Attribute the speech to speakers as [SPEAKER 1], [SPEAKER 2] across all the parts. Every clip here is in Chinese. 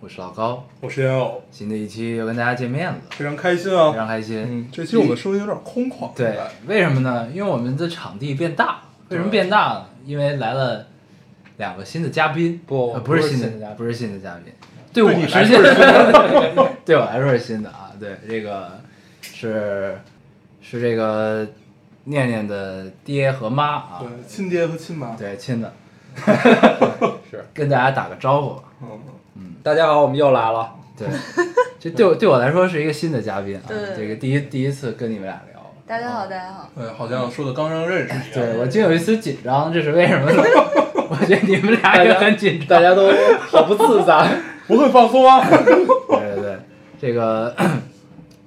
[SPEAKER 1] 我是老高。
[SPEAKER 2] 我是烟偶，
[SPEAKER 1] 新的一期又跟大家见面了，
[SPEAKER 2] 非常开心
[SPEAKER 1] 非常
[SPEAKER 2] 啊！
[SPEAKER 1] 开心。
[SPEAKER 2] 嗯，这期我们说的有点空旷，
[SPEAKER 1] 对，为什么呢？因为我们的场地变大，为什么变大呢？因为来了两个新的嘉宾，
[SPEAKER 3] 不
[SPEAKER 1] 呃不
[SPEAKER 3] 不
[SPEAKER 1] 是
[SPEAKER 3] 是
[SPEAKER 1] 新
[SPEAKER 3] 新的嘉宾
[SPEAKER 1] 不是新的嘉宾，对我
[SPEAKER 2] 你
[SPEAKER 1] 是
[SPEAKER 2] 来
[SPEAKER 1] 新的， 对我来说是新的啊。对，这个是是这个念念的爹和妈啊，
[SPEAKER 2] 对，亲爹和亲妈，
[SPEAKER 1] 对亲的，
[SPEAKER 3] 是
[SPEAKER 1] 跟大家打个招呼。
[SPEAKER 2] 嗯，
[SPEAKER 3] 大家好，我们又来了。
[SPEAKER 1] 对， 这对我对我来说是一个新的嘉宾啊，
[SPEAKER 4] 对
[SPEAKER 1] 这个第一第一次跟你们俩聊，
[SPEAKER 4] 大家好，大家好。
[SPEAKER 2] 对，好像说的刚刚认识啊一样。
[SPEAKER 1] 对我竟有一丝紧张，这是为什么呢？ 我觉得你们俩也很紧张，
[SPEAKER 3] 大家都好不自在。
[SPEAKER 2] 不会放松啊！
[SPEAKER 1] 对对对，这个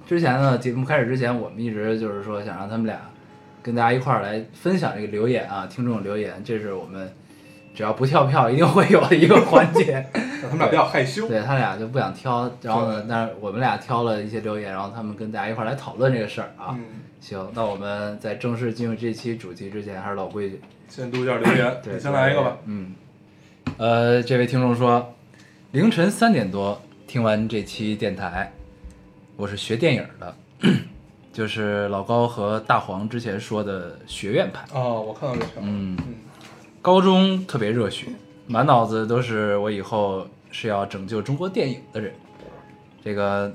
[SPEAKER 1] 之前呢，节目开始之前，我们一直就是说想让他们俩跟大家一块儿来分享这个留言啊，听众留言，这是我们只要不跳票一定会有的一个环节。
[SPEAKER 2] 他们俩比较害羞，
[SPEAKER 1] 对他俩就不想挑，然后呢，但是我们俩挑了一些留言，然后他们跟大家一块儿来讨论这个事儿啊。
[SPEAKER 2] 嗯，
[SPEAKER 1] 行，那我们在正式进入这期主题之前，还是老规矩，
[SPEAKER 2] 先读一下留言，
[SPEAKER 1] 对，
[SPEAKER 2] 你先来一个吧。。
[SPEAKER 1] 嗯，呃，这位听众说，凌晨三点多听完这期电台，我是学电影的， 就是老高和大黄之前说的学院派。
[SPEAKER 2] 哦，我看到这条，
[SPEAKER 1] 嗯
[SPEAKER 2] 嗯，
[SPEAKER 1] 高中特别热血，满脑子都是我以后是要拯救中国电影的人。这个，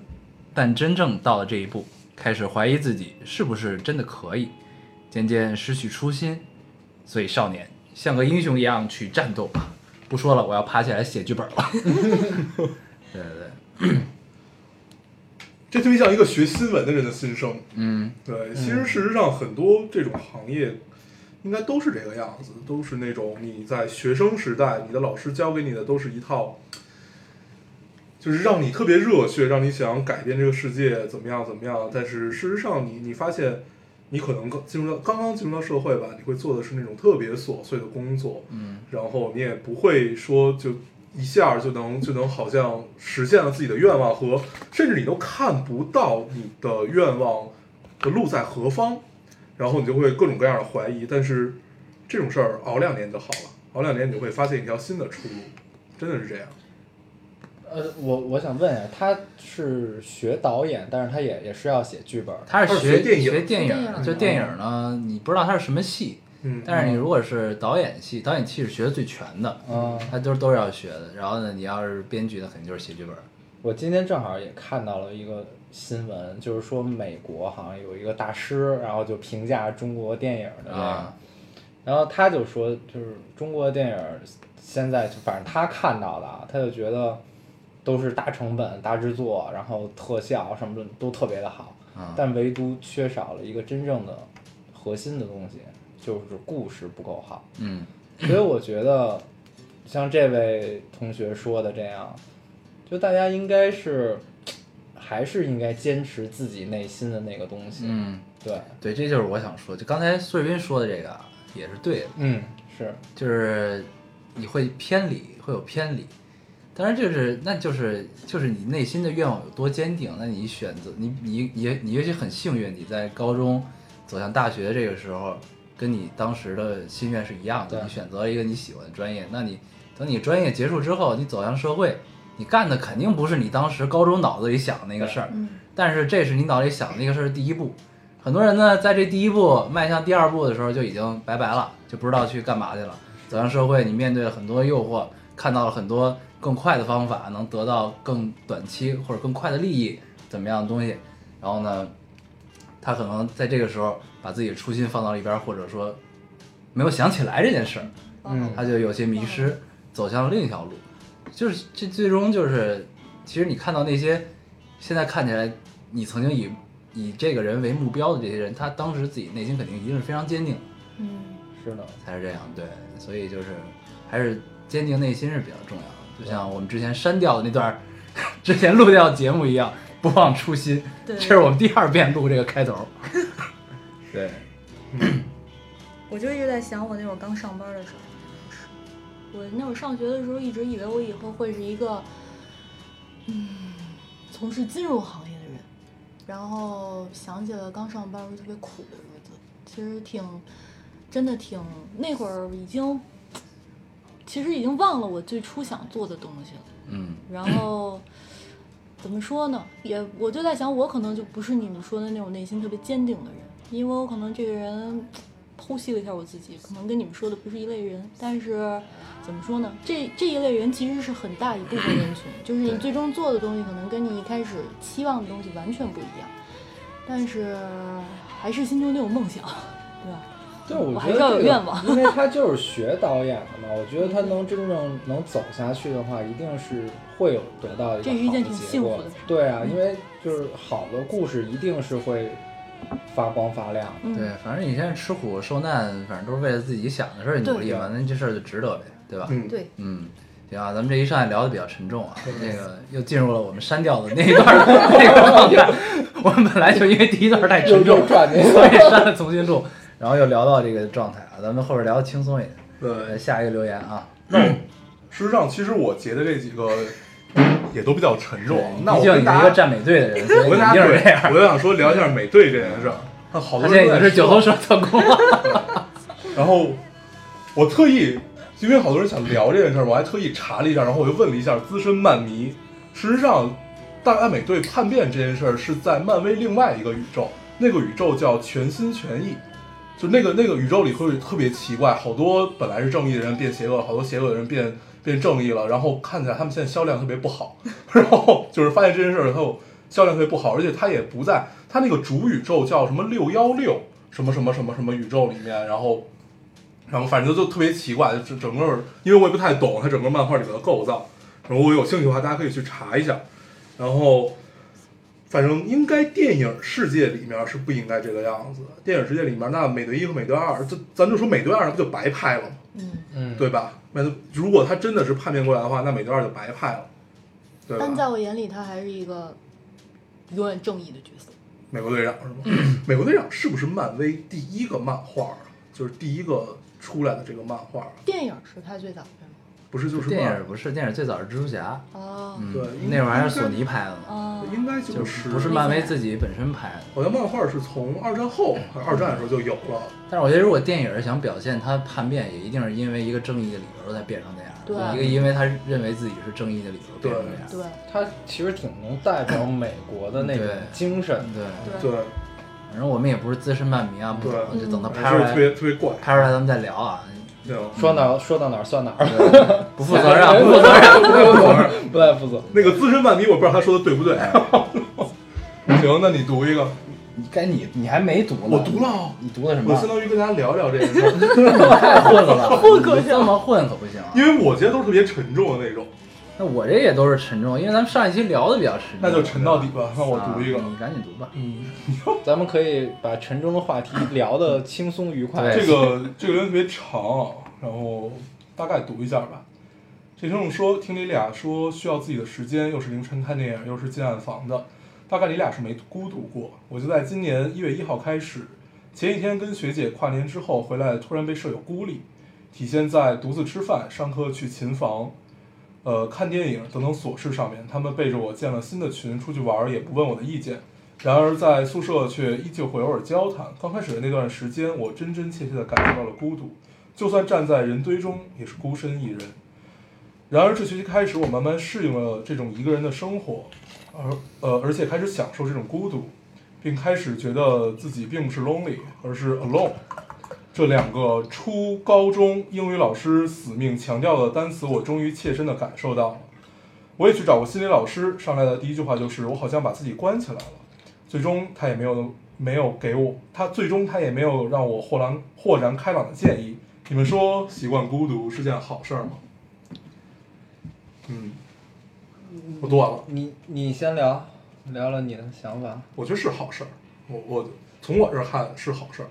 [SPEAKER 1] 但真正到了这一步，开始怀疑自己是不是真的可以，渐渐失去初心。所以少年，像个英雄一样去战斗吧。不说了，我要爬起来写剧本了。对对对，
[SPEAKER 2] 这特别像一个学新闻的人的心声。
[SPEAKER 1] 嗯，
[SPEAKER 2] 对，其实事实上很多这种行业。应该都是这个样子，都是那种你在学生时代，你的老师教给你的都是一套，就是让你特别热血，让你想改变这个世界，怎么样怎么样。但是事实上你，你发现，你可能刚进入到刚刚进入到社会吧，你会做的是那种特别琐碎的工作，
[SPEAKER 1] 嗯，
[SPEAKER 2] 然后你也不会说就一下就能就能好像实现了自己的愿望和，甚至你都看不到你的愿望的路在何方，然后你就会各种各样的怀疑。但是这种事儿熬两年就好了，熬两年你就会发现一条新的出路，真的是这样。
[SPEAKER 3] 呃，我我想问一下，他是学导演，但是他也也是要写剧本儿。
[SPEAKER 1] 他是
[SPEAKER 2] 他是学电影
[SPEAKER 1] 学电
[SPEAKER 4] 学电
[SPEAKER 1] 影，
[SPEAKER 4] 影
[SPEAKER 1] 就电影呢，你不知道他是什么系，
[SPEAKER 2] 嗯，
[SPEAKER 1] 但是你如果是导演系，导演系是学的最全的，
[SPEAKER 3] 嗯，
[SPEAKER 1] 他都是都是要学的。然后呢，你要是编剧，那肯定就是写剧本。
[SPEAKER 3] 我今天正好也看到了一个新闻，就是说美国好像有一个大师，然后就评价中国电影的这
[SPEAKER 1] 啊
[SPEAKER 3] 样，然后他就说，就是中国电影现在就反正他看到的啊，他就觉得都是大成本、大制作，然后特效什么的都特别的好，
[SPEAKER 1] 啊
[SPEAKER 3] 但唯独缺少了一个真正的核心的东西，就是故事不够好。
[SPEAKER 1] 嗯，
[SPEAKER 3] 所以我觉得，像这位同学说的这样，就大家应该是，还是应该坚持自己内心的那个东西。，
[SPEAKER 1] 嗯，
[SPEAKER 3] 对，
[SPEAKER 1] 对，这就是我想说，就刚才苏瑞斌说的这个啊也是对的，
[SPEAKER 3] 嗯，是，
[SPEAKER 1] 就是你会偏离，会有偏离。当然，就是那就是就是你内心的愿望有多坚定，那你选择你你也你也许很幸运，你在高中走向大学这个时候，跟你当时的心愿是一样的，
[SPEAKER 3] 对
[SPEAKER 1] 你选择了一个你喜欢的专业。那你等你专业结束之后，你走向社会，你干的肯定不是你当时高中脑子里想的那个事儿，
[SPEAKER 4] 嗯，
[SPEAKER 1] 但是这是你脑里想的那个事儿的第一步。很多人呢，在这第一步迈向第二步的时候就已经拜拜了，就不知道去干嘛去了。走向社会，你面对了很多诱惑，看到了很多更快的方法，能得到更短期或者更快的利益，怎么样的东西。然后呢，他可能在这个时候把自己的初心放到一边儿，或者说没有想起来这件事儿。
[SPEAKER 3] 嗯
[SPEAKER 1] 他就有些迷失，走向了另一条路。就是这最终就是，其实你看到那些现在看起来你曾经以以这个人为目标的这些人，他当时自己内心肯定一定是非常坚定的，
[SPEAKER 4] 嗯，
[SPEAKER 3] 是的，
[SPEAKER 1] 才是这样。对，所以就是还是坚定内心是比较重要的。就像我们之前删掉的那段儿之前录掉的节目一样，不忘初心。
[SPEAKER 4] 对
[SPEAKER 1] 这是我们第二遍录这个开头。对，
[SPEAKER 4] 我就一直在想我那会儿刚上班的时候，我那会儿上学的时候一直以为我以后会是一个，嗯，从事金融行业的人，然后想起了刚上班时候特别苦的日子，其实挺，真的挺那会儿已经，其实已经忘了我最初想做的东西了。
[SPEAKER 1] 嗯，
[SPEAKER 4] 然后 怎么说呢？也我就在想，我可能就不是你们说的那种内心特别坚定的人，因为我可能这个人剖析了一下我自己，可能跟你们说的不是一类人。但是怎么说呢？这这一类人其实是很大一部分人群，就是你
[SPEAKER 1] 对
[SPEAKER 4] 最终做的东西可能跟你一开始期望的东西完全不一样，但是还是心中得有梦想，对吧？
[SPEAKER 3] 对，我
[SPEAKER 4] 我
[SPEAKER 3] 觉
[SPEAKER 4] 还
[SPEAKER 3] 得
[SPEAKER 4] 是要有
[SPEAKER 3] 这个
[SPEAKER 4] 愿望
[SPEAKER 3] 因为他就是学导演的嘛。我觉得他能真正能走下去的话，一定是会有得到一个
[SPEAKER 4] 这是一
[SPEAKER 3] 好
[SPEAKER 4] 件
[SPEAKER 3] 的
[SPEAKER 4] 挺
[SPEAKER 3] 结
[SPEAKER 4] 幸
[SPEAKER 3] 果
[SPEAKER 4] 福的事
[SPEAKER 3] 对啊，因为就是好的故事一定是会发光发亮的。
[SPEAKER 4] 嗯
[SPEAKER 1] 对，反正你现在吃苦受难，反正都是为了自己想的事儿努力嘛，那这事儿就值得呗，对吧？
[SPEAKER 2] 嗯，
[SPEAKER 4] 对，
[SPEAKER 1] 嗯，行啊，咱们这一上来聊的比较沉重啊，那个又进入了我们删掉的那一段儿那个状态。我们本来就因为第一段太
[SPEAKER 3] 又
[SPEAKER 1] 沉重
[SPEAKER 3] 又，转进去
[SPEAKER 1] 所以删了重新录，然后又聊到这个状态啊，咱们后边聊的轻松一点。呃，
[SPEAKER 2] 对。
[SPEAKER 1] 下一个留言啊，
[SPEAKER 2] 事实上，其实我截的这几个也都比较沉重啊。那
[SPEAKER 1] 毕
[SPEAKER 2] 我
[SPEAKER 1] 竟你是
[SPEAKER 2] 跟大
[SPEAKER 1] 一
[SPEAKER 2] 家
[SPEAKER 1] 个站美队的人，所以
[SPEAKER 2] 我跟
[SPEAKER 1] 一
[SPEAKER 2] 大
[SPEAKER 1] 定
[SPEAKER 2] 家
[SPEAKER 1] 是这样
[SPEAKER 2] 对，。我就想说聊一下美队 这件事儿。那好
[SPEAKER 1] 他
[SPEAKER 2] 多
[SPEAKER 1] 现
[SPEAKER 2] 人
[SPEAKER 1] 在
[SPEAKER 2] 都
[SPEAKER 1] 已经
[SPEAKER 2] 在
[SPEAKER 1] 是九
[SPEAKER 2] 说
[SPEAKER 1] 头蛇特工了。
[SPEAKER 2] 然后我特意，因为好多人想聊这件事儿，我还特意查了一下，然后我又问了一下资深漫迷。事实上，大爱美队叛变这件事儿是在漫威另外一个宇宙，那个宇宙叫全心全意，就那个那个宇宙里会特别奇怪，好多本来是正义的人变邪恶了，好多邪恶的人变变正义了，然后看起来他们现在销量特别不好， 然后就是发现这件事儿以后销量特别不好，而且他也不在他那个主宇宙叫什么六幺六什么什么什么什么宇宙里面，然后然后反正就特别奇怪，就整整个儿，因为我也不太懂它整个漫画里面的构造。如果有兴趣的话，大家可以去查一下。然后，反正应该电影世界里面是不应该这个样子的。电影世界里面，那美队一和美队二，这咱就说美队二不就白拍了吗？
[SPEAKER 4] 嗯，
[SPEAKER 3] 嗯，
[SPEAKER 2] 对吧？美队如果他真的是叛变过来的话，那美队二就白拍了，对
[SPEAKER 4] 但
[SPEAKER 2] 吧？
[SPEAKER 4] 在我眼里，他还是一个永远正义的角色。
[SPEAKER 2] 美国队长是吗？ 美国队长是不是漫威第一个漫画啊？就是第一个出来的这个漫画啊，
[SPEAKER 4] 电影是他最早的吗？
[SPEAKER 2] 不是就是
[SPEAKER 1] 电
[SPEAKER 2] 漫
[SPEAKER 1] 影不是电影，最早是蜘蛛侠，
[SPEAKER 4] 哦，
[SPEAKER 1] 嗯
[SPEAKER 2] 对，
[SPEAKER 1] 那会儿还是索尼拍的嘛，
[SPEAKER 4] 哦，
[SPEAKER 2] 应该就
[SPEAKER 1] 就是不是漫威自己本身拍的。
[SPEAKER 2] 好像漫画是从二战后还是二战的时候就有了，
[SPEAKER 1] 但是我觉得，如果电影想表现他叛变，也一定是因为一个正义的理由才变成那样，
[SPEAKER 4] 对
[SPEAKER 1] 一个因为他认为自己是正义的理由变成那样。
[SPEAKER 4] 对
[SPEAKER 3] 他其实挺能代表美国的那种
[SPEAKER 1] 对
[SPEAKER 3] 精神的。
[SPEAKER 1] 对，
[SPEAKER 2] 对，
[SPEAKER 4] 嗯
[SPEAKER 1] 反正我们也不是资深漫迷啊，不懂，
[SPEAKER 2] 对
[SPEAKER 1] 就等他拍
[SPEAKER 2] 还
[SPEAKER 1] 出
[SPEAKER 2] 是
[SPEAKER 1] 来
[SPEAKER 2] 特，别特别怪，
[SPEAKER 1] 拍出来咱们再聊 啊。
[SPEAKER 2] 对吧？
[SPEAKER 3] 说到说到哪儿算哪儿，
[SPEAKER 1] 不负责任 啊，不负责 任。
[SPEAKER 3] 不太负责。
[SPEAKER 2] 那个资深漫迷，我不知道他说的对不对。行，那你读一个，
[SPEAKER 1] 你该你，你还没读呢。
[SPEAKER 2] 我读了
[SPEAKER 1] 你读的什么啊
[SPEAKER 2] 我？相当于跟大家聊聊这件事儿，
[SPEAKER 1] 太混了吧，混可这么混可不行啊。
[SPEAKER 2] 因为我觉得都是特别沉重的那种，
[SPEAKER 1] 那我这也都是沉重，因为咱们上一期聊的比较沉重。
[SPEAKER 2] 那就沉到底吧。那
[SPEAKER 1] 对
[SPEAKER 2] 我
[SPEAKER 1] 吧。
[SPEAKER 2] 读一个
[SPEAKER 1] 啊，你赶紧读 吧。
[SPEAKER 2] 嗯，
[SPEAKER 3] 咱们可以把沉重的话题聊得轻松愉快。
[SPEAKER 1] 对
[SPEAKER 2] 这个这个人特别长啊，然后大概读一下吧。这听众说，听你俩说需要自己的时间，又是凌晨看电影，又是进暗房的，大概你俩是没孤独过。我就在今年一月一号开始，前几天跟学姐跨年之后回来，突然被舍友孤立，体现在独自吃饭、上课去琴房、呃看电影等等琐事上面。他们背着我建了新的群，出去玩儿也不问我的意见。然而在宿舍却依旧会偶尔交谈。刚开始的那段时间，我真真切切地感受到了孤独，就算站在人堆中，也是孤身一人。然而这学期开始，我慢慢适应了这种一个人的生活，而呃，而且开始享受这种孤独，并开始觉得自己并不是 lonely，而是 alone。这两个初高中英语老师死命强调的单词，我终于切身的感受到了。我也去找过心理老师，上来的第一句话就是：“我好像把自己关起来了。”最终他也没有没有给我，他最终他也没有让我豁然豁然开朗的建议。你们说习惯孤独是件好事儿吗？嗯，我多了，
[SPEAKER 3] 你你先聊，聊聊你的想法。
[SPEAKER 2] 我觉得是好事儿。我我从我这儿看是好 事儿，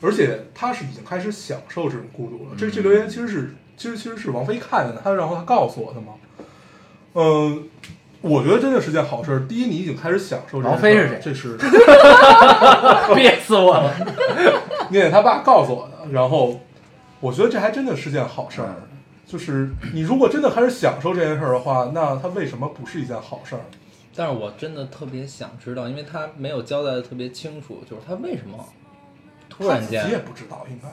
[SPEAKER 2] 而且他是已经开始享受这种孤独了。这这留言其实是其实其实是王菲看见的，他然后他告诉我的嘛。嗯、我觉得真的是件好事儿。第一，你已经开始享受这
[SPEAKER 1] 王
[SPEAKER 2] 件
[SPEAKER 1] 菲
[SPEAKER 2] 事
[SPEAKER 1] 是
[SPEAKER 2] 儿
[SPEAKER 1] 谁
[SPEAKER 2] 了这是
[SPEAKER 1] 憋死我了。
[SPEAKER 2] 念念他爸告诉我的。然后我觉得这还真的是件好事儿，
[SPEAKER 3] 嗯
[SPEAKER 2] 就是 你如果真的开始享受这件事儿的话，那它为什么不是一件好事儿？
[SPEAKER 3] 但是我真的特别想知道，因为他没有交代的特别清楚，就是他为什么突然
[SPEAKER 2] 他自己也
[SPEAKER 3] 间，
[SPEAKER 2] 不知道，应该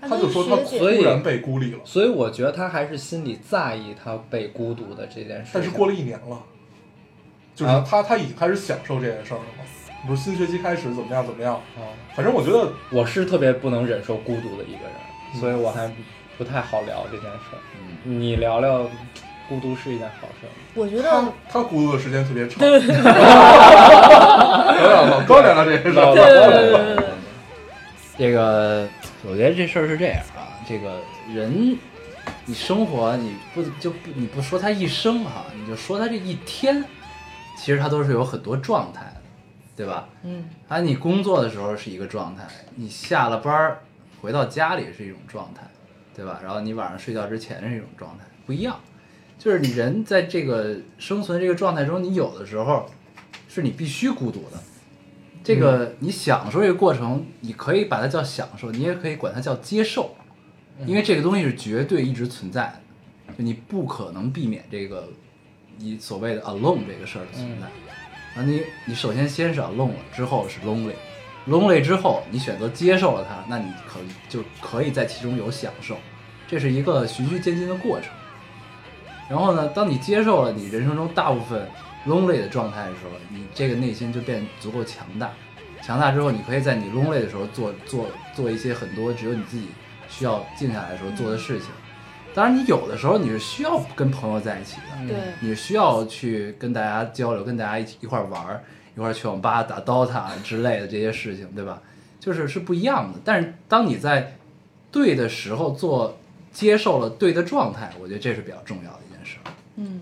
[SPEAKER 4] 他
[SPEAKER 2] 他就
[SPEAKER 4] 跟
[SPEAKER 2] 说他
[SPEAKER 4] 学姐
[SPEAKER 3] 所以
[SPEAKER 2] 突然被孤立了，
[SPEAKER 3] 所以我觉得他还是心里在意他被孤独的这件事情。
[SPEAKER 2] 但是过了一年了，就是
[SPEAKER 3] 啊
[SPEAKER 2] 他他已经开始享受这件事儿了嘛。你说新学期开始怎么样怎么样？
[SPEAKER 3] 哦
[SPEAKER 2] 反正我觉得
[SPEAKER 3] 我是特别不能忍受孤独的一个
[SPEAKER 1] 嗯
[SPEAKER 3] 人，所以我还不太好聊这件事儿。你聊聊，孤独是一件好事儿吗。
[SPEAKER 4] 我觉
[SPEAKER 2] 他
[SPEAKER 4] 得
[SPEAKER 2] 他孤独的时间特别长。 老高聊聊这
[SPEAKER 3] 啊
[SPEAKER 2] 件事儿，
[SPEAKER 1] 这个，我觉得这事儿是这样啊，这个人，你生活啊你不就不你不说他一生哈、你就说他这一天，其实他都是有很多状态的，对吧？
[SPEAKER 4] 嗯，
[SPEAKER 1] 啊，你工作的时候是一个状态，你下了班儿回到家里是一种状态，对吧？然后你晚上睡觉之前是一种状态，不一样。就是你人在这个生存这个状态中，你有的时候是你必须孤独的。这个你享受这个过程，你可以把它叫享受，你也可以管它叫接受，因为这个东西是绝对一直存在的，就你不可能避免这个你所谓的 alone 这个事儿的存在。啊，你你首先先是 alone 了，之后是 lonely，lonely 之后你选择接受了它，那你可就可以在其中有享受，这是一个循序渐进的过程。然后呢，当你接受了你人生中大部分 lonely 的状态的时候，你这个内心就变得足够强大。强大之后，你可以在你 lonely 的时候做做做一些很多只有你自己需要静下来的时候做的事情。当然，你有的时候你是需要跟朋友在一起的，
[SPEAKER 4] 对，
[SPEAKER 1] 你需要去跟大家交流，跟大家一起一块儿玩儿，一块儿去网吧打 DOTA 之类的这些事情，对吧？就是是不一样的。但是当你在对的时候做，接受了对的状态，我觉得这是比较重要的一件事儿。
[SPEAKER 4] 嗯，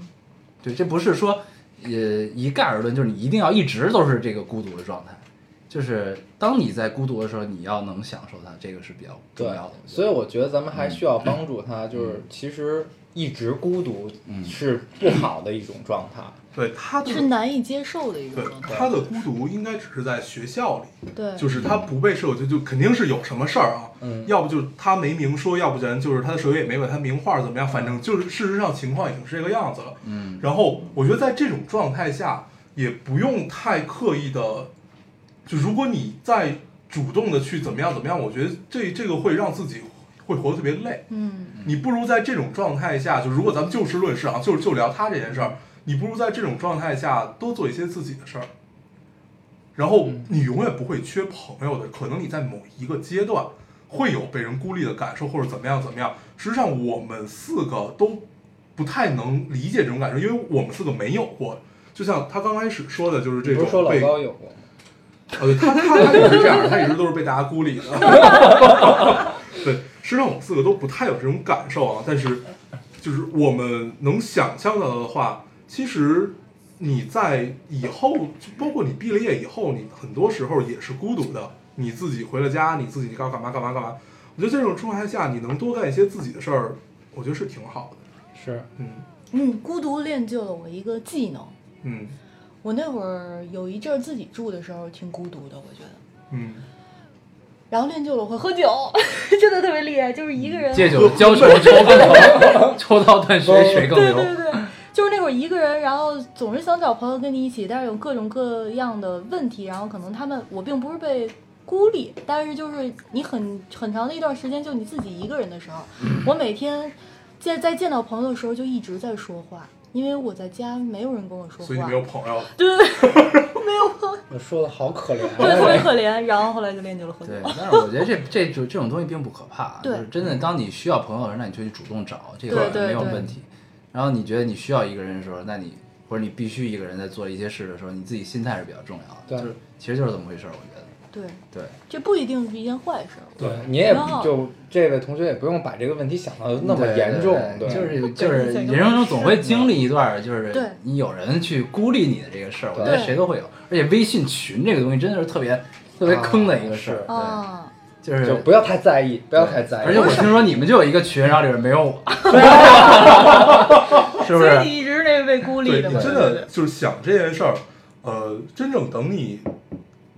[SPEAKER 1] 对，这不是说呃一概而论，就是你一定要一直都是这个孤独的状态。就是当你在孤独的时候，你要能享受它，这个是比较重
[SPEAKER 3] 对
[SPEAKER 1] 要的。，
[SPEAKER 3] 所以我觉得咱们还需要帮助
[SPEAKER 1] 嗯
[SPEAKER 3] 他，就是其实一直孤独是不好的一种状态。
[SPEAKER 2] 对他的
[SPEAKER 4] 是难以接受的一个
[SPEAKER 2] 对
[SPEAKER 4] 状态。
[SPEAKER 2] 他的孤独应该只是在学校里，
[SPEAKER 4] 对，
[SPEAKER 2] 就是他不被舍友就就肯定是有什么事儿啊，
[SPEAKER 3] 嗯
[SPEAKER 2] 要不就是他没明说，要不然就是他的舍友也没管他名画怎么样，反正就是事实上情况已经是这个样子了。
[SPEAKER 1] 嗯，
[SPEAKER 2] 然后我觉得在这种状态下，也不用太刻意的，就如果你再主动的去怎么样怎么样，我觉得这这个会让自己会活得特别累。
[SPEAKER 4] 嗯，
[SPEAKER 2] 你不如在这种状态下，就如果咱们就事论事啊，就就聊他这件事儿，你不如在这种状态下多做一些自己的事儿，然后
[SPEAKER 3] 嗯
[SPEAKER 2] 你永远不会缺朋友的。可能你在某一个阶段会有被人孤立的感受，或者怎么样怎么样。实际上，我们四个都不太能理解这种感受，因为我们四个没有过。就像他刚开始说的，就是这
[SPEAKER 3] 你
[SPEAKER 2] 种
[SPEAKER 3] 不是说老
[SPEAKER 2] 被
[SPEAKER 3] 高有过吗？
[SPEAKER 2] 呃，对他他他也是这样，他一直都是被大家孤立的。 对，实际上我们四个都不太有这种感受啊，但是就是我们能想象到的话，其实你在以后，就包括你毕了业以后，你很多时候也是孤独的。你自己回了家，你自己干干嘛干嘛干嘛，我觉得这种状态下，你能多干一些自己的事儿，我觉得是挺好的。
[SPEAKER 3] 是，
[SPEAKER 2] 嗯
[SPEAKER 4] 嗯，孤独练就了我一个技能。
[SPEAKER 2] 嗯
[SPEAKER 4] 我那会儿有一阵儿自己住的时候挺孤独的，我觉得。
[SPEAKER 2] 嗯，
[SPEAKER 4] 然后练就了我会喝酒， 真的特别厉害，就是一个
[SPEAKER 2] 嗯
[SPEAKER 4] 人。
[SPEAKER 1] 借酒浇 愁，愁更 愁，抽刀断水，水更
[SPEAKER 4] 对
[SPEAKER 1] 流。
[SPEAKER 4] 对对，就是那会儿一个人，然后总是想找朋友跟你一起，但是有各种各样的问题，然后可能他们我并不是被孤立，但是就是你很很长的一段时间就你自己一个人的时候，我每天见在见到朋友的时候就一直在说话，因为我在家没有人跟我说
[SPEAKER 2] 所以你
[SPEAKER 4] 话
[SPEAKER 2] 没，有朋友，
[SPEAKER 4] 对对
[SPEAKER 1] 哦
[SPEAKER 4] 对，
[SPEAKER 3] 我说的好可怜
[SPEAKER 4] 对特别
[SPEAKER 3] 啊。
[SPEAKER 4] 可怜，然后后来就练就了喝酒
[SPEAKER 1] 对。，但是我觉得这这种这种东西并不可怕，就
[SPEAKER 4] 对
[SPEAKER 1] 是真的，当你需要朋友的时候，那你就去主动找，这
[SPEAKER 4] 对
[SPEAKER 1] 个
[SPEAKER 4] 对
[SPEAKER 1] 没有
[SPEAKER 4] 对
[SPEAKER 1] 问题。然后你觉得你需要一个人的时候，那你或者你必须一个人在做一些事的时候，你自己心态是比较重要的，
[SPEAKER 3] 对
[SPEAKER 1] 就是其实就是这么回事儿，我觉得。
[SPEAKER 4] 对，
[SPEAKER 1] 对，
[SPEAKER 4] 这不一定是一件坏事。
[SPEAKER 3] 对，你也
[SPEAKER 4] 挺好
[SPEAKER 3] 就这位同学也不用把这个问题想到那么严重，
[SPEAKER 1] 对，
[SPEAKER 3] 对，
[SPEAKER 1] 就是
[SPEAKER 4] 对
[SPEAKER 1] 就是
[SPEAKER 4] 对
[SPEAKER 1] 人生中总会经历一段儿，就是
[SPEAKER 4] 对
[SPEAKER 1] 你有人去孤立你的这个事儿，我觉得
[SPEAKER 4] 对
[SPEAKER 1] 谁都会有。而且微信群这个东西真的是特别特别坑的一个事儿，对，
[SPEAKER 4] 啊，
[SPEAKER 1] 就是
[SPEAKER 3] 啊就不要太在意，不要太在意。
[SPEAKER 1] 而且我听说 你们就有一个群，然后里面没有我，是不
[SPEAKER 4] 所
[SPEAKER 1] 是
[SPEAKER 4] 以？你一直那被孤孤立
[SPEAKER 2] 对
[SPEAKER 4] 的
[SPEAKER 2] 你
[SPEAKER 4] 嘛，
[SPEAKER 2] 真的就是想这件事儿，呃，真正等你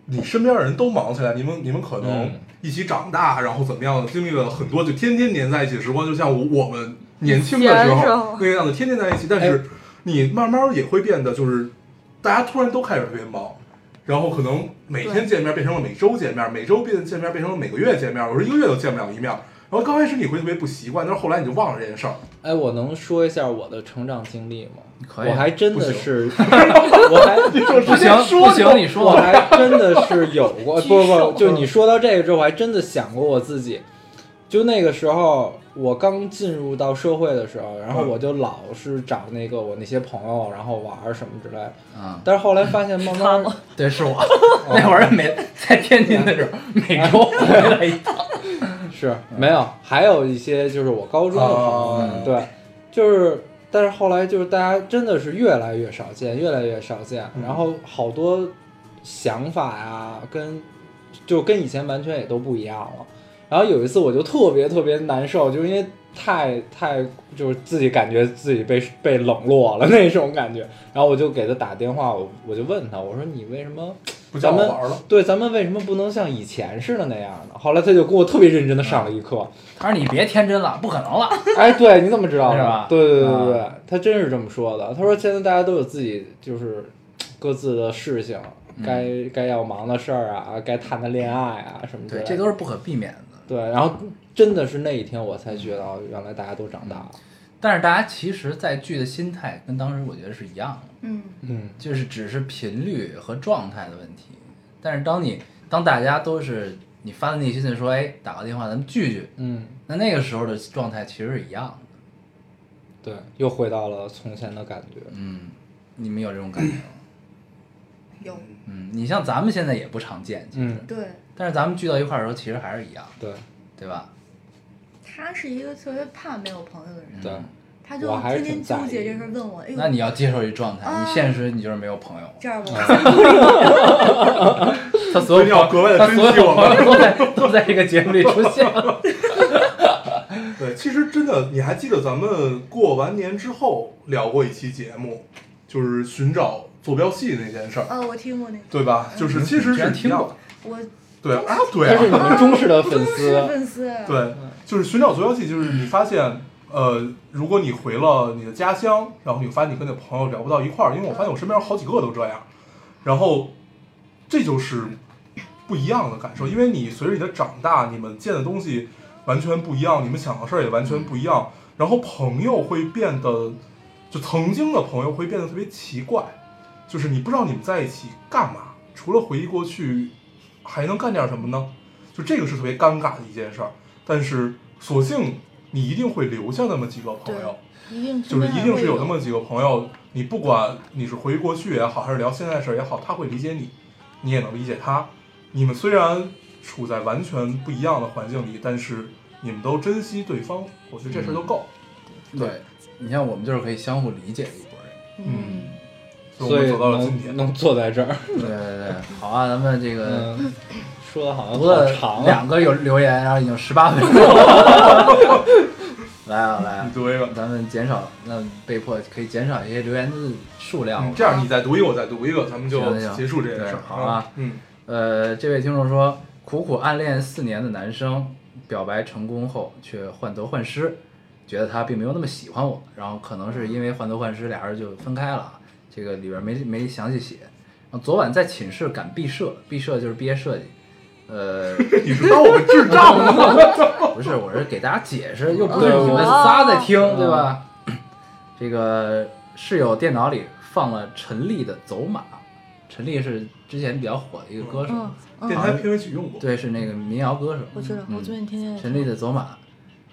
[SPEAKER 2] 你身边的人都忙起来，你们你们可能
[SPEAKER 3] 嗯
[SPEAKER 2] 一起长大，然后怎么样，经历了很多，就天天黏在一起的时光，就像我我们年轻的时
[SPEAKER 4] 以前的时
[SPEAKER 2] 候
[SPEAKER 4] 候
[SPEAKER 2] 那个样子，天天在一起。但
[SPEAKER 3] 哎
[SPEAKER 2] 是你慢慢也会变得，就是大家突然都开始特别忙。然后可能每天
[SPEAKER 4] 对
[SPEAKER 2] 见面变成了每周见面，每周变见面变成了每个月见面，有时候一个月都见不了一面。然后刚开始你会特别不习惯，但是后来你就忘了这件事儿。
[SPEAKER 3] 哎，我能说一下我的成长经历吗？
[SPEAKER 1] 可以
[SPEAKER 3] 我还真
[SPEAKER 2] 不
[SPEAKER 3] 的
[SPEAKER 2] 行
[SPEAKER 3] 是， 我还
[SPEAKER 1] 不行不行，你
[SPEAKER 3] 我
[SPEAKER 1] 说吧。
[SPEAKER 3] 还真的是有 过，
[SPEAKER 4] 举
[SPEAKER 3] 不不
[SPEAKER 4] 手
[SPEAKER 3] 不，
[SPEAKER 2] 嗯
[SPEAKER 3] 就你说到这个之后，我还真的想过我自己。就那个时候，我刚进入到社会的时候，然后
[SPEAKER 2] 嗯
[SPEAKER 3] 我就老是找那个我那些朋友，然后玩儿什么之类的。
[SPEAKER 1] 嗯，
[SPEAKER 3] 但是后来发现，慢慢 儿
[SPEAKER 1] 对，是我 那会儿每在天津的时候，每周回来一趟。
[SPEAKER 3] 是没有，还有一些就是我高中的朋友
[SPEAKER 2] 哦，
[SPEAKER 3] 对，就是，但是后来就是大家真的是越来越少见，越来越少见，
[SPEAKER 2] 嗯
[SPEAKER 3] 然后好多想法呀、跟就跟以前完全也都不一样了。然后有一次我就特别特别难受，就是因为太太就是自己感觉自己被被冷落了那种感觉，然后我就给他打电话，我我就问他，我说你为什么？
[SPEAKER 2] 不叫
[SPEAKER 3] 咱
[SPEAKER 2] 我
[SPEAKER 3] 们
[SPEAKER 2] 玩儿了，
[SPEAKER 3] 对，咱们为什么不能像以前似的那样呢？后来他就给我特别认真的上了一课。
[SPEAKER 1] 他说你别天真了，不可能了。
[SPEAKER 3] 哎，对，你怎么知道的？
[SPEAKER 1] 是吧
[SPEAKER 3] 对对对
[SPEAKER 1] 啊
[SPEAKER 3] 对对，他真是这么说的。他说现在大家都有自己就是各自的事情，
[SPEAKER 1] 嗯
[SPEAKER 3] 该该要忙的事儿啊，该谈的恋爱啊什么之
[SPEAKER 1] 对，
[SPEAKER 3] 类的。
[SPEAKER 1] 这都是不可避免的。
[SPEAKER 3] 对。然后真的是那一天我才觉得，哦原来大家都长大了。
[SPEAKER 1] 但是大家其实，在聚的心态跟当时我觉得是一样的，
[SPEAKER 4] 嗯，
[SPEAKER 3] 嗯，
[SPEAKER 1] 就是只是频率和状态的问题。但是当你当大家都是你发自内心的说，哎，打个电话咱们聚聚，
[SPEAKER 3] 嗯，
[SPEAKER 1] 那那个时候的状态其实是一样的。
[SPEAKER 3] 对，又回到了从前的感觉。
[SPEAKER 1] 嗯，你们有这种感觉吗？
[SPEAKER 4] 有
[SPEAKER 1] 嗯，你像咱们现在也不常见，其实
[SPEAKER 3] 嗯，
[SPEAKER 4] 对，
[SPEAKER 1] 但是咱们聚到一块儿的时候，其实还是一样，
[SPEAKER 3] 对
[SPEAKER 1] 对吧？
[SPEAKER 4] 他是一个特别怕没有朋友的
[SPEAKER 1] 嗯
[SPEAKER 4] 人，
[SPEAKER 3] 对。
[SPEAKER 4] 他就
[SPEAKER 3] 我还是
[SPEAKER 4] 天天
[SPEAKER 3] 挺在
[SPEAKER 4] 纠
[SPEAKER 3] 意
[SPEAKER 4] 结这事儿问我，
[SPEAKER 3] 嗯
[SPEAKER 4] 哎呦，
[SPEAKER 1] 那你嗯要接受这状态，你
[SPEAKER 4] 啊
[SPEAKER 1] 现实你就是没有朋 友。
[SPEAKER 4] 这样吧，
[SPEAKER 1] 他所
[SPEAKER 2] 所以要格外地
[SPEAKER 1] 他所
[SPEAKER 2] 珍惜
[SPEAKER 1] 有
[SPEAKER 2] 我
[SPEAKER 1] 朋友
[SPEAKER 2] 们
[SPEAKER 1] 都在都在这个节目里出 现了。
[SPEAKER 2] 对，其实真的，你还记得咱们过完年之后聊过一期节目，就是寻找坐标系那件事儿，
[SPEAKER 4] 呃，我听过那个，
[SPEAKER 2] 对吧？就是其实
[SPEAKER 1] 哎你居然
[SPEAKER 2] 是一
[SPEAKER 1] 听
[SPEAKER 2] 样
[SPEAKER 1] 过
[SPEAKER 2] 的，，
[SPEAKER 4] 我
[SPEAKER 2] 对啊，对
[SPEAKER 3] 他是你
[SPEAKER 2] 啊，
[SPEAKER 3] 们忠实
[SPEAKER 1] 呃
[SPEAKER 3] 的粉
[SPEAKER 4] 忠实
[SPEAKER 3] 丝
[SPEAKER 4] 的。粉丝，
[SPEAKER 2] 对，
[SPEAKER 1] 嗯
[SPEAKER 2] 就是寻找坐标系，就是你发现，呃，如果你回了你的家乡，然后你发现你跟你的朋友聊不到一块儿，因为我发现我身边有好几个都这样，然后这就是不一样的感受，因为你随着你的长大，你们见的东西完全不一样，你们想的事儿也完全不一样，然后朋友会变得，就曾经的朋友会变得特别奇怪，就是你不知道你们在一起干嘛，除了回忆过去，还能干点什么呢？就这个是特别尴尬的一件事儿，但是索性你一定会留下那么几个朋友。
[SPEAKER 4] 一定
[SPEAKER 2] 就是
[SPEAKER 4] 身边
[SPEAKER 2] 一
[SPEAKER 4] 还
[SPEAKER 2] 定
[SPEAKER 4] 会
[SPEAKER 2] 是有那么几个朋友，你不管你是回忆过去也好，还是聊现在的事儿也好，他会理解你，你也能理解他。你们虽然处在完全不一样的环境里，但是你们都珍惜对方，我觉得这事儿就够。
[SPEAKER 1] 对，你像我们就是可以相互理解的一拨人。
[SPEAKER 4] 嗯，
[SPEAKER 2] 所以我们
[SPEAKER 3] 所以
[SPEAKER 2] 走到了今天
[SPEAKER 3] 能。能坐在这儿，
[SPEAKER 1] 对对对，好啊，咱们这个
[SPEAKER 3] 嗯，说的好像
[SPEAKER 1] 读
[SPEAKER 3] 好
[SPEAKER 1] 了
[SPEAKER 3] 长啊。
[SPEAKER 1] 两个有留言，然后已经十八分钟了。 来啊来啊
[SPEAKER 2] 你，读一个，
[SPEAKER 1] 咱们减少，那被迫可以减少一些留言的数量。
[SPEAKER 2] 嗯这样你再读一个，我再读一个，咱们就
[SPEAKER 1] 行行
[SPEAKER 2] 结束这件事儿
[SPEAKER 1] 对。好啊
[SPEAKER 2] 嗯，
[SPEAKER 1] 呃，这位听众说，苦苦暗恋四年的男生表白成功后却患得患失，觉得他并没有那么喜欢我，然后可能是因为患得患失，俩人就分开了啊。这个里边没没详细写。然后昨晚在寝室赶毕设，毕设就是毕业设计。呃，
[SPEAKER 2] 你是当我们智障吗？
[SPEAKER 1] 不是，我是给大家解释，又不是
[SPEAKER 3] 对
[SPEAKER 1] 你们
[SPEAKER 4] 我哦
[SPEAKER 1] 仨在听，对吧？ 这个室友电脑里放了陈粒的《走马》，陈粒是之前比较火的一个歌手，
[SPEAKER 4] 嗯
[SPEAKER 2] 电
[SPEAKER 4] 嗯，
[SPEAKER 2] 台片尾曲用过。
[SPEAKER 1] 对，是那个民谣歌手。
[SPEAKER 4] 我知道，我最近天天也
[SPEAKER 1] 陈
[SPEAKER 4] 听
[SPEAKER 1] 粒的《走马》，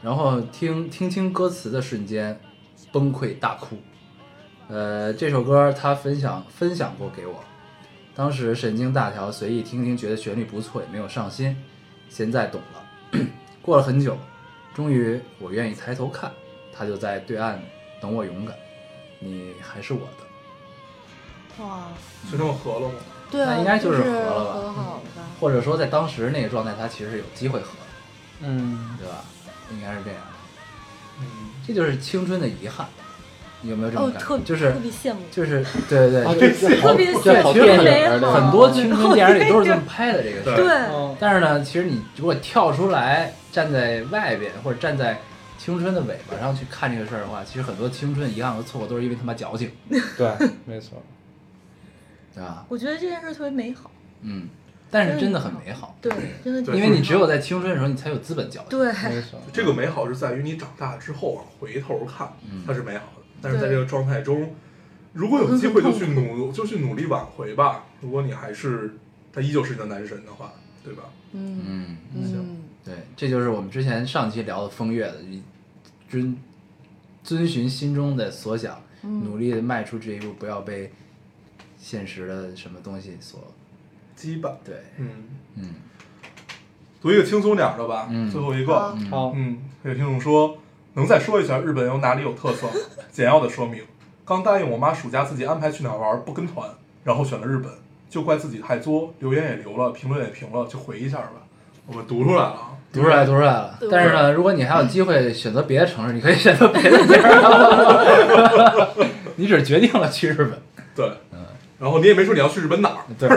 [SPEAKER 1] 然后听听清歌词的瞬间，崩溃大哭。呃，这首歌他分享分享过给我，当时神经大条，随意听听，觉得旋律不错，也没有上心。现在懂了， 过了很久，终于我愿意抬头看，他就在对岸等我勇敢。你还是我的，
[SPEAKER 4] 哇，
[SPEAKER 2] 所以他们合了吗？
[SPEAKER 4] 对啊，
[SPEAKER 1] 那应该
[SPEAKER 4] 就
[SPEAKER 1] 就是合
[SPEAKER 4] 合
[SPEAKER 1] 了吧嗯
[SPEAKER 4] 好了吧？
[SPEAKER 1] 或者说在当时那个状态，他其实有机会合，
[SPEAKER 3] 嗯，
[SPEAKER 1] 对吧？应该是这样，
[SPEAKER 2] 嗯，
[SPEAKER 1] 这就是青春的遗憾。你有没有这种
[SPEAKER 4] 哦，
[SPEAKER 1] 感觉？
[SPEAKER 4] 特
[SPEAKER 1] 就是
[SPEAKER 4] 特别羡慕，
[SPEAKER 1] 就是对对
[SPEAKER 3] 啊，
[SPEAKER 1] 对，
[SPEAKER 3] 这这好
[SPEAKER 4] 特别
[SPEAKER 3] 这好
[SPEAKER 1] 特别
[SPEAKER 3] 电影儿这个
[SPEAKER 4] 好
[SPEAKER 1] 很多青春电影里都是这么拍的这个事
[SPEAKER 2] 哦对
[SPEAKER 1] 儿。
[SPEAKER 4] 对，
[SPEAKER 3] 嗯
[SPEAKER 1] 但是呢，其实你如果跳出来，站在外边或者站在青春的尾巴上去看这个事儿的话，其实很多青春遗憾和错过都是因为他妈矫情，
[SPEAKER 3] 对，没错，
[SPEAKER 1] 对吧？
[SPEAKER 4] 我觉得这件事特别美好，
[SPEAKER 1] 嗯，但是真的很美好，
[SPEAKER 4] 对，真的挺
[SPEAKER 2] 对
[SPEAKER 4] 美
[SPEAKER 1] 因
[SPEAKER 4] 好，
[SPEAKER 1] 为你只有在青春的时候，你才有资本矫情。
[SPEAKER 4] 对
[SPEAKER 3] 没错，
[SPEAKER 2] 这个美好是在于你长大之后往回头看
[SPEAKER 1] 嗯，
[SPEAKER 2] 它是美好的。但是在
[SPEAKER 4] 对
[SPEAKER 2] 这个状态中，如果有机会就去努，就去努力挽回吧。如果你还是他依旧是你的男神的话，对吧？
[SPEAKER 4] 嗯
[SPEAKER 1] 嗯，
[SPEAKER 4] 嗯，
[SPEAKER 1] 对，这就是我们之前上期聊的风月的，你遵遵循心中的所想，
[SPEAKER 2] 嗯
[SPEAKER 1] 努力的迈出这一步，不要被现实的什么东西所
[SPEAKER 2] 羁绊，
[SPEAKER 1] 对，
[SPEAKER 2] 嗯，
[SPEAKER 1] 嗯
[SPEAKER 2] 读一个轻松点儿的吧，
[SPEAKER 1] 嗯
[SPEAKER 2] 最后一个，
[SPEAKER 1] 嗯
[SPEAKER 3] 好，
[SPEAKER 2] 嗯，有听众说，能再说一下日本有哪里有特色吗？简要的说明。刚答应我妈暑假自己安排去哪儿玩，不跟团，然后选了日本，就怪自己太作，留言也留了，评论也评了，就回一下吧。我们读出来了啊，
[SPEAKER 1] 读出来，读出来了
[SPEAKER 4] 对。
[SPEAKER 1] 但是呢，如果你还有机会选择别的城市，你可以选择别的地儿。 你只是决定了去日本，
[SPEAKER 2] 对，然后你也没说你要去日本哪儿，
[SPEAKER 1] 对。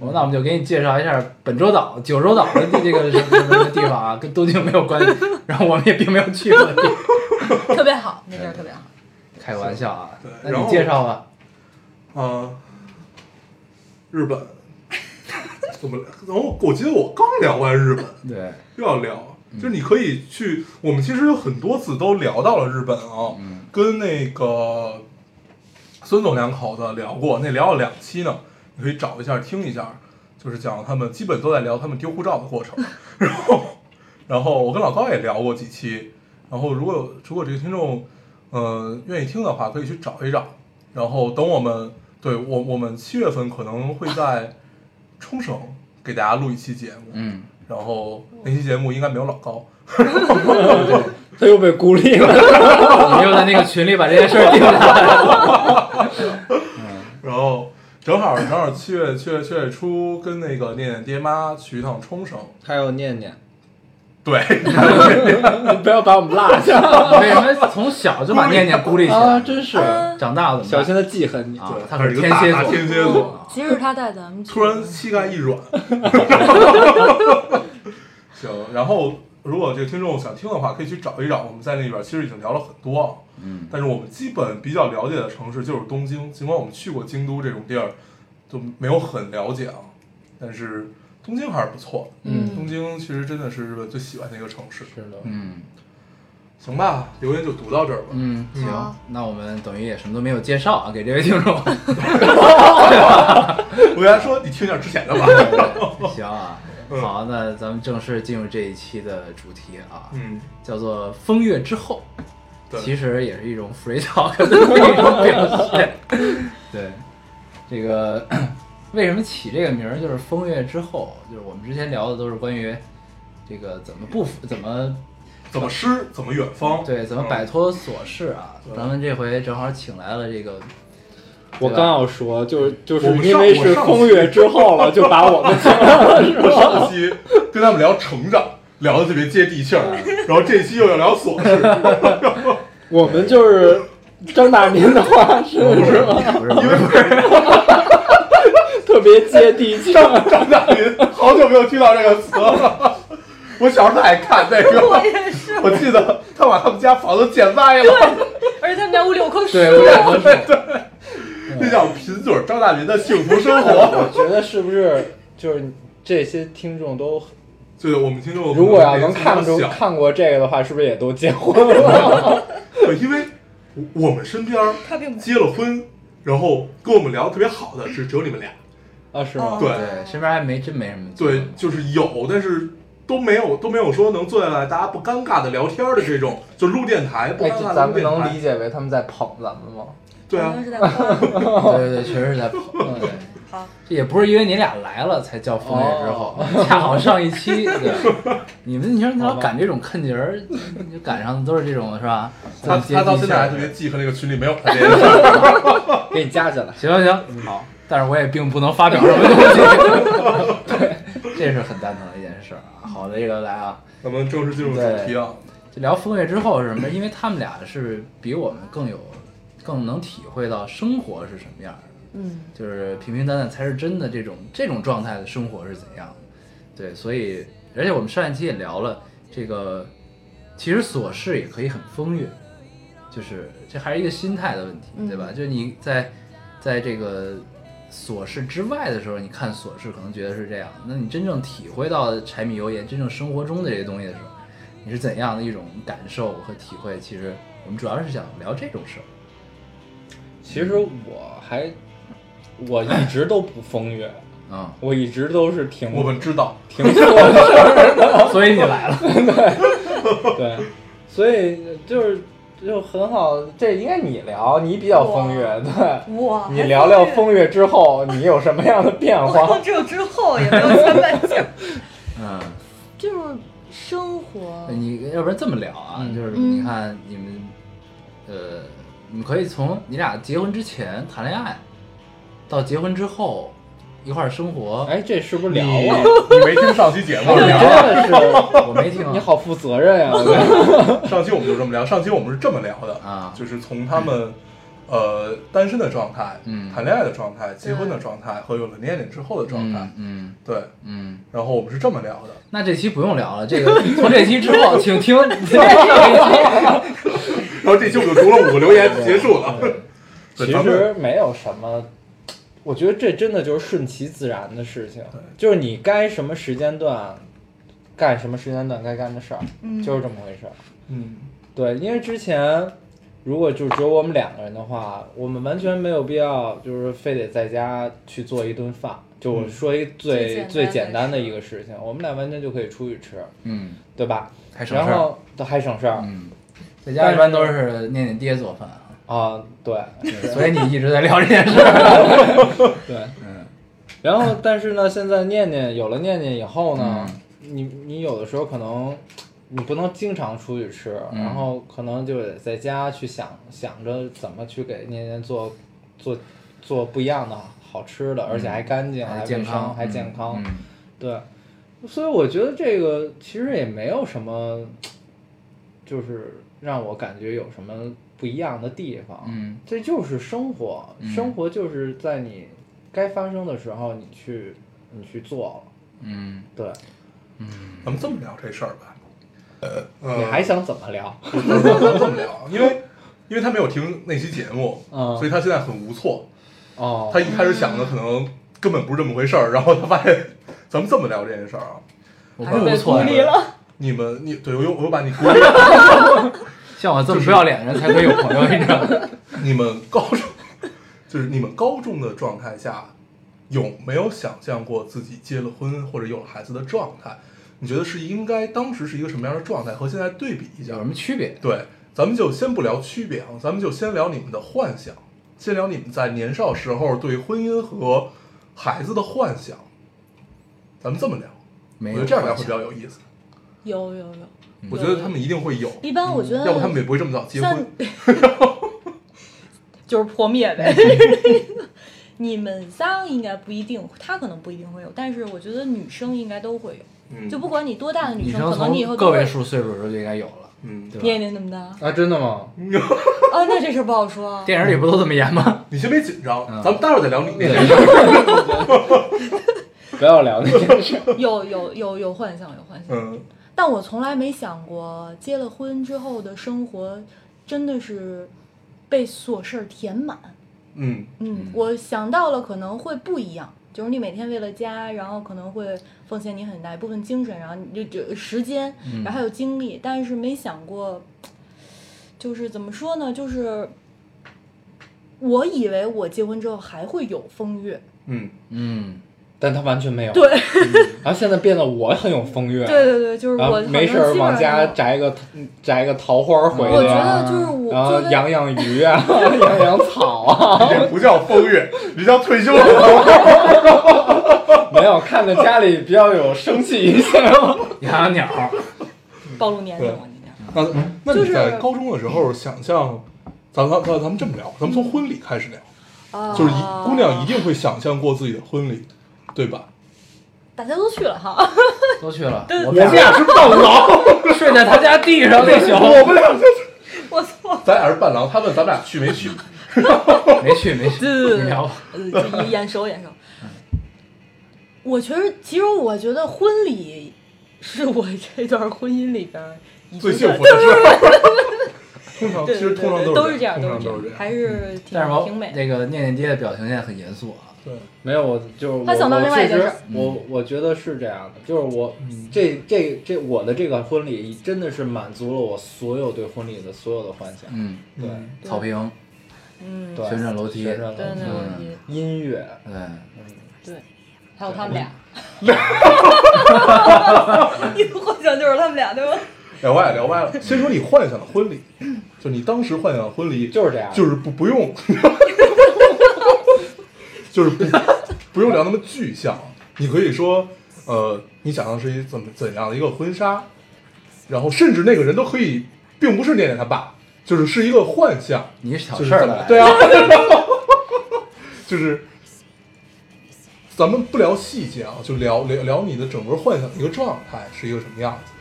[SPEAKER 1] 我那我们就给你介绍一下本州岛、九州岛的这个什么什么地方啊，跟东京没有关系。然后我们也并没有去过的地方，
[SPEAKER 4] 特别好，那地儿 特别好，
[SPEAKER 1] 开个玩笑啊
[SPEAKER 2] 对。
[SPEAKER 1] 那
[SPEAKER 2] 然
[SPEAKER 1] 你
[SPEAKER 2] 后
[SPEAKER 1] 介绍吧。
[SPEAKER 2] 啊，日本， 怎么？然后我记得我刚聊完日本，
[SPEAKER 1] 对，
[SPEAKER 2] 又要聊，就是你可以去，我们其实有很多次都聊到了日本啊，
[SPEAKER 1] 嗯
[SPEAKER 2] 跟那个孙总两口子聊过，那聊了两期呢，你可以找一下听一下，就是讲他们基本都在聊他们丢护照的过程，然后然后我跟老高也聊过几期，然后如果有如果这个听众呃愿意听的话，可以去找一找，然后等我们对我我们七月份可能会在冲绳给大家录一期节目，
[SPEAKER 1] 嗯，
[SPEAKER 2] 然后那期节目应该没有老高，
[SPEAKER 3] 他又被孤立了，
[SPEAKER 1] 我们又在那个群里把这件事儿定了。
[SPEAKER 2] 然后正好正好七月七月七月初跟那个念念爹妈去一趟冲绳，
[SPEAKER 3] 还有念念，
[SPEAKER 2] 对，
[SPEAKER 3] 不要把我们落下
[SPEAKER 1] 为什么从小就把念念孤立起
[SPEAKER 3] 啊！
[SPEAKER 1] 来？
[SPEAKER 3] 真是，
[SPEAKER 1] 长大了怎么办
[SPEAKER 3] 小心他记恨你。
[SPEAKER 1] 啊
[SPEAKER 2] 对，
[SPEAKER 1] 他可是
[SPEAKER 2] 一个
[SPEAKER 1] 天
[SPEAKER 2] 大
[SPEAKER 1] 蝎
[SPEAKER 2] 大
[SPEAKER 1] 座，
[SPEAKER 2] 天蝎座，
[SPEAKER 4] 即使他带咱们去，
[SPEAKER 2] 突然膝盖一 软，行，然后如果这个听众想听的话，可以去找一找，我们在那边其实已经聊了很多了，
[SPEAKER 1] 嗯，
[SPEAKER 2] 但是我们基本比较了解的城市就是东京，尽管我们去过京都这种地儿，就没有很了解啊，但是东京还是不错的。东
[SPEAKER 4] 嗯，
[SPEAKER 2] 京其实真的是日本最喜欢的一个城市。
[SPEAKER 3] 是的，
[SPEAKER 1] 嗯。
[SPEAKER 2] 行吧，留言就读到这儿吧。
[SPEAKER 1] 嗯，行
[SPEAKER 4] 好，
[SPEAKER 1] 那我们等于也什么都没有介绍啊，给这位听众。
[SPEAKER 2] 我跟他说，你听点之前的 吧。
[SPEAKER 1] 行啊，好，那咱们正式进入这一期的主题啊，
[SPEAKER 2] 嗯，
[SPEAKER 1] 叫做“风月之后”，
[SPEAKER 2] 对
[SPEAKER 1] 其实也是一种 free talk 的一种表现。对，这个 为什么起这个名儿，就是风月之后，就是我们之前聊的都是关于这个怎么不怎么
[SPEAKER 2] 怎么诗，怎么远方，
[SPEAKER 1] 对怎么摆脱琐事啊，
[SPEAKER 2] 对
[SPEAKER 1] 咱们这回正好请来了这个
[SPEAKER 3] 我刚要说，就是就是
[SPEAKER 2] 我们上
[SPEAKER 3] 因为是风月之后了，就把我们请了，是
[SPEAKER 2] 嗯。我
[SPEAKER 3] 吧？
[SPEAKER 2] 上期跟他们聊成长，聊的特别接地气儿，
[SPEAKER 1] 嗯
[SPEAKER 2] 然后这期又要聊琐事，
[SPEAKER 3] 我们就是张大民的话是
[SPEAKER 1] 不是不是不是
[SPEAKER 3] 特别接地 气，
[SPEAKER 2] 张大民，好久没有听到这个词了。我小时候爱看那
[SPEAKER 4] 我
[SPEAKER 2] 个，
[SPEAKER 4] 也是，
[SPEAKER 2] 我记得他把他们家房子建歪了，
[SPEAKER 4] 而且他们家屋里有棵树，
[SPEAKER 1] 对，我也不是。
[SPEAKER 2] 那叫贫嘴儿张大民的幸福生活。
[SPEAKER 3] 我觉得是不是就是这些听众都，
[SPEAKER 2] 对，我们听众
[SPEAKER 3] 如果要能看
[SPEAKER 2] 出
[SPEAKER 3] 出看过这个的话，是不是也都结婚 了？
[SPEAKER 2] 对，因为我我们身边儿
[SPEAKER 4] 他并不
[SPEAKER 2] 结了婚，然后跟我们聊得特别好的只只有你们俩。
[SPEAKER 3] 啊，是吗？
[SPEAKER 2] 对
[SPEAKER 1] 对，身边还没真没什么。
[SPEAKER 2] 对，就是有，但是都没有都没有说能坐下来大家不尴尬的聊天儿的这种，就录电台不
[SPEAKER 3] 哎，
[SPEAKER 2] 尴尬
[SPEAKER 3] 这
[SPEAKER 2] 的
[SPEAKER 3] 咱
[SPEAKER 2] 录
[SPEAKER 3] 们
[SPEAKER 2] 电
[SPEAKER 3] 能
[SPEAKER 2] 台。
[SPEAKER 3] 理解嗯为他们在捧咱们吗？
[SPEAKER 2] 对
[SPEAKER 4] 好
[SPEAKER 2] 啊
[SPEAKER 4] 像，是 在夸，
[SPEAKER 1] 对对对，确实是在跑。对，
[SPEAKER 4] 好，
[SPEAKER 1] 这也不是因为你俩来了才叫风月
[SPEAKER 2] 哦
[SPEAKER 1] 之后，恰好上一 期，对，你们你说你老赶这种坑节儿，你就赶上的都是这种是吧？
[SPEAKER 2] 他
[SPEAKER 1] 这么接
[SPEAKER 2] 他
[SPEAKER 1] 地
[SPEAKER 2] 到
[SPEAKER 1] 气
[SPEAKER 2] 现
[SPEAKER 1] 儿
[SPEAKER 2] 在还特别记恨那个群里没有他这个。
[SPEAKER 3] 给你加进来。
[SPEAKER 1] 行行
[SPEAKER 2] 嗯
[SPEAKER 1] 行，好，但是我也并不能发表什么东西。 对，这是很蛋疼的一件事儿啊。好的，这个来啊，
[SPEAKER 2] 咱们正式进入主题啊，
[SPEAKER 1] 就聊风月之后是什么？因为他们俩是比我们更有更能体会到生活是什么样的，
[SPEAKER 4] 嗯，
[SPEAKER 1] 就是平平淡淡才是真的这种这种状态的生活是怎样的。对，所以而且我们上一期也聊了这个，其实琐事也可以很风月，就是这还是一个心态的问题，
[SPEAKER 4] 嗯
[SPEAKER 1] 对吧？就是你在在这个琐事之外的时候，你看琐事可能觉得是这样，那你真正体会到柴米油盐，真正生活中的这些东西的时候，你是怎样的一种感受和体会？其实我们主要是想聊这种事儿。
[SPEAKER 3] 其实我还我一直都不风月，
[SPEAKER 1] 啊、
[SPEAKER 3] 我一直都是挺
[SPEAKER 2] 我们知道，
[SPEAKER 3] 挺错的。
[SPEAKER 1] 所以你来了，
[SPEAKER 3] 对，所以就是就很好，这应该你聊，你比较风月，对。
[SPEAKER 4] 我
[SPEAKER 3] 你聊聊
[SPEAKER 4] 风。
[SPEAKER 3] 风月之后，你有什么样的 变
[SPEAKER 4] 我
[SPEAKER 3] 化？
[SPEAKER 4] 只有之后也没有前半截，
[SPEAKER 1] 嗯，呃
[SPEAKER 4] 就是生活。
[SPEAKER 1] 你要不然这么聊啊，
[SPEAKER 3] 嗯
[SPEAKER 1] 就是
[SPEAKER 4] 嗯
[SPEAKER 1] 你看你们，呃，你们可以从你俩结婚之前谈恋爱，到结婚之后一块儿生活，
[SPEAKER 3] 哎，这是不是
[SPEAKER 2] 你
[SPEAKER 3] 聊
[SPEAKER 2] 你
[SPEAKER 3] 啊？
[SPEAKER 2] 没听上期节目
[SPEAKER 1] 我
[SPEAKER 2] 聊啊？
[SPEAKER 1] 真的是我没听啊，
[SPEAKER 3] 你好负责任呀、
[SPEAKER 2] 上期我们就这么聊，上期我们是这么聊的
[SPEAKER 1] 啊
[SPEAKER 2] 就是从他们呃单身的状态、
[SPEAKER 1] 嗯
[SPEAKER 2] 谈恋爱的状态、结婚的状态和有了年龄之后的状态，
[SPEAKER 1] 嗯
[SPEAKER 2] 对，
[SPEAKER 1] 嗯嗯，
[SPEAKER 2] 然后我们是这么聊的，
[SPEAKER 1] 那这期不用聊了，这个从这期之后，请听上一期。
[SPEAKER 2] 然后这期我们就读了五个留言就结束了。对
[SPEAKER 3] 其
[SPEAKER 2] 咱们
[SPEAKER 3] 实没有什么，我觉得这真的就是顺其自然的事情，就是你该什么时间段干什么时间段该干的事儿，
[SPEAKER 4] 嗯
[SPEAKER 3] 就是这么回事儿。
[SPEAKER 2] 嗯，
[SPEAKER 3] 对，因为之前如果就只有我们两个人的话，我们完全没有必要就是非得在家去做一顿饭。就我说一最、最
[SPEAKER 4] 嗯最
[SPEAKER 3] 简
[SPEAKER 4] 简
[SPEAKER 3] 单
[SPEAKER 4] 单
[SPEAKER 3] 的
[SPEAKER 4] 的
[SPEAKER 3] 一个事情，我们俩完全就可以出去吃，
[SPEAKER 1] 嗯，
[SPEAKER 3] 对吧？
[SPEAKER 1] 还省
[SPEAKER 3] 然
[SPEAKER 1] 事儿。
[SPEAKER 3] 后都还省事儿啊、
[SPEAKER 1] 嗯，在家一般都是念念爹做饭啊，
[SPEAKER 3] 对
[SPEAKER 1] 对所以你一直在聊这件事儿。
[SPEAKER 3] 对。
[SPEAKER 1] 嗯
[SPEAKER 3] 然后，但是呢，现在念念有了念念以后呢，
[SPEAKER 1] 嗯
[SPEAKER 3] 你你有的时候可能你不能经常出去吃，
[SPEAKER 1] 嗯
[SPEAKER 3] 然后可能就得在家去想想着怎么去给念念做做做不一样的好吃的，而且还干净、还
[SPEAKER 1] 嗯还
[SPEAKER 3] 卫
[SPEAKER 1] 健康，
[SPEAKER 3] 生、还健康。
[SPEAKER 1] 嗯嗯
[SPEAKER 3] 对，所以我觉得这个其实也没有什么，就是让我感觉有什么不一样的地方。
[SPEAKER 1] 嗯
[SPEAKER 3] 这就是生活，
[SPEAKER 1] 嗯
[SPEAKER 3] 生活就是在你该发生的时候，你去你去做了。
[SPEAKER 1] 嗯
[SPEAKER 3] 对，
[SPEAKER 2] 咱们这么聊这事儿吧。呃，
[SPEAKER 3] 你还想怎么聊？
[SPEAKER 2] 咱们这么聊，因为因为他没有听那期节目，
[SPEAKER 3] 嗯
[SPEAKER 2] 所以他现在很无措。
[SPEAKER 3] 哦，
[SPEAKER 2] 他一开始想的可能根本不是这么回事儿，然后他发现咱们这么聊这件事儿啊，
[SPEAKER 1] 我
[SPEAKER 2] 还
[SPEAKER 1] 不
[SPEAKER 2] 被
[SPEAKER 1] 不错
[SPEAKER 2] 孤立
[SPEAKER 1] 呀，
[SPEAKER 4] 了，
[SPEAKER 2] 你们你对我又我又把你孤立了，
[SPEAKER 1] 像我这么不要脸的人才可以有朋友，你知道吗？
[SPEAKER 2] 你们高中就是你们高中的状态下，有没有想象过自己结了婚或者有了孩子的状态？你觉得是应该当时是一个什么样的状态，和现在对比一下
[SPEAKER 1] 有？什么区别？
[SPEAKER 2] 对，咱们就先不聊区别啊，咱们就先聊你们的幻想，先聊你们在年少时候对婚姻和孩子的幻想。咱们这么聊，
[SPEAKER 1] 没
[SPEAKER 2] 我
[SPEAKER 1] 有
[SPEAKER 2] 觉得这样聊会比较有意思。
[SPEAKER 4] 有有有。
[SPEAKER 2] 我觉得他们一定会有，
[SPEAKER 4] 一般我觉得
[SPEAKER 2] 嗯要不他们也不会这么早结
[SPEAKER 4] 像
[SPEAKER 2] 婚。
[SPEAKER 4] 就是破灭 呗。你们仨应该不一定，他可能不一定会有，但是我觉得女生应该都会有，
[SPEAKER 2] 嗯，
[SPEAKER 4] 就不管你多大的
[SPEAKER 1] 女
[SPEAKER 4] 生，可能你以后
[SPEAKER 1] 从
[SPEAKER 4] 都
[SPEAKER 1] 个
[SPEAKER 4] 会
[SPEAKER 1] 位。数岁数的时候就应该有了，
[SPEAKER 2] 嗯，
[SPEAKER 1] 对吧？
[SPEAKER 4] 你也没那么大啊？
[SPEAKER 3] 啊，真的吗？
[SPEAKER 4] 那这事儿不好 说啊。
[SPEAKER 1] 电影里不都这么演吗？
[SPEAKER 2] 你先别紧张，
[SPEAKER 1] 嗯
[SPEAKER 2] 咱们待会儿再聊你那
[SPEAKER 1] 对
[SPEAKER 2] 件事儿。
[SPEAKER 3] 不要聊那件事。
[SPEAKER 4] 有有有有幻想，有幻想。
[SPEAKER 2] 嗯，
[SPEAKER 4] 但我从来没想过，结了婚之后的生活真的是被琐事儿填满。
[SPEAKER 2] 嗯，
[SPEAKER 4] 嗯
[SPEAKER 1] 嗯，
[SPEAKER 4] 我想到了可能会不一样，就是你每天为了家，然后可能会奉献你很大一部分精神，然后你就就时间，
[SPEAKER 1] 嗯
[SPEAKER 4] 然后还有精力，但是没想过，就是怎么说呢，就是。我以为我结婚之后还会有风月，
[SPEAKER 2] 嗯，
[SPEAKER 1] 嗯，
[SPEAKER 3] 但他完全没有。
[SPEAKER 4] 对
[SPEAKER 3] 然后现在变得我很有风月。
[SPEAKER 4] 对对对，就是
[SPEAKER 3] 然
[SPEAKER 4] 我
[SPEAKER 3] 后
[SPEAKER 4] 好像
[SPEAKER 3] 啊没事儿
[SPEAKER 4] 基本
[SPEAKER 3] 往
[SPEAKER 4] 上
[SPEAKER 3] 家
[SPEAKER 4] 都
[SPEAKER 3] 摘个摘个桃花回
[SPEAKER 4] 我觉
[SPEAKER 3] 来啊，
[SPEAKER 4] 得就是我
[SPEAKER 3] 然后
[SPEAKER 4] 作为
[SPEAKER 3] 养养鱼啊， 养养草啊，
[SPEAKER 2] 你这不叫风月，你叫退休了。
[SPEAKER 3] 没有看着家里比较有生气一些嘛。
[SPEAKER 1] 养养鸟儿，
[SPEAKER 4] 暴露年龄了，你这样。
[SPEAKER 2] 那那
[SPEAKER 4] 就
[SPEAKER 2] 你
[SPEAKER 4] 是
[SPEAKER 2] 在高中的时候想象，咱咱咱咱们这么聊，咱们从婚礼开始聊，
[SPEAKER 4] 啊
[SPEAKER 2] 就是一姑娘一定会想象过自己的婚礼，对吧？
[SPEAKER 4] 大家都去了哈，
[SPEAKER 1] 都去了，
[SPEAKER 4] 对
[SPEAKER 1] 我
[SPEAKER 2] 我们俩是伴郎，
[SPEAKER 1] 睡在他家地上那宿，
[SPEAKER 2] 我们俩是，
[SPEAKER 4] 我错，
[SPEAKER 2] 咱俩是伴郎。他问咱们俩去没去，
[SPEAKER 1] 没去没去，
[SPEAKER 4] 对对
[SPEAKER 1] 你
[SPEAKER 4] 对，
[SPEAKER 1] 聊吧。
[SPEAKER 4] 呃，就一眼熟眼熟。我觉得，其实我觉得婚礼是我这段婚姻里边儿 一
[SPEAKER 2] 最
[SPEAKER 4] 个
[SPEAKER 2] 幸福的事 儿。通常其
[SPEAKER 4] 对
[SPEAKER 2] 实
[SPEAKER 4] 对
[SPEAKER 2] 通常
[SPEAKER 4] 对，
[SPEAKER 2] 都
[SPEAKER 4] 是这样，
[SPEAKER 2] 通
[SPEAKER 4] 都
[SPEAKER 2] 常
[SPEAKER 4] 这
[SPEAKER 2] 都是
[SPEAKER 4] 样，还是挺
[SPEAKER 1] 嗯但是王
[SPEAKER 4] 挺美的。
[SPEAKER 1] 那个念念爹的表情现在很严肃啊，
[SPEAKER 2] 对，
[SPEAKER 3] 没有，我就是
[SPEAKER 4] 他
[SPEAKER 3] 我
[SPEAKER 4] 想到
[SPEAKER 3] 我
[SPEAKER 4] 另外一
[SPEAKER 3] 确
[SPEAKER 4] 件
[SPEAKER 3] 实
[SPEAKER 4] 事
[SPEAKER 3] 我我觉得是这样的，就是我、
[SPEAKER 2] 嗯
[SPEAKER 3] 这这这我的这个婚礼真的是满足了我所有对婚礼的所有的幻想，
[SPEAKER 1] 嗯，
[SPEAKER 3] 对
[SPEAKER 2] 嗯
[SPEAKER 1] 草坪，
[SPEAKER 4] 嗯，
[SPEAKER 3] 对，
[SPEAKER 1] 旋转楼梯
[SPEAKER 3] 旋转楼
[SPEAKER 4] 对
[SPEAKER 3] 梯
[SPEAKER 4] 对
[SPEAKER 1] 嗯
[SPEAKER 3] 音乐，
[SPEAKER 1] 对，
[SPEAKER 4] 对，还有他们俩。 你的幻想就是他们俩对吧？
[SPEAKER 2] 聊歪了聊歪了。先说你幻想的婚礼，就你当时幻想的婚礼，
[SPEAKER 3] 就是这样，
[SPEAKER 2] 就是不不 用，就是不不用聊那么具象，你可以说，呃，你想象是一怎么怎样的一个婚纱，然后甚至那个人都可以，并不是念念他爸，就是是一个幻象，
[SPEAKER 1] 你是小
[SPEAKER 2] 就是
[SPEAKER 1] 事儿
[SPEAKER 2] 这么
[SPEAKER 1] 了，
[SPEAKER 2] 对，啊， 就是。咱们不聊细节啊，就聊聊聊你的整个幻想的一个状态是一个什么样子。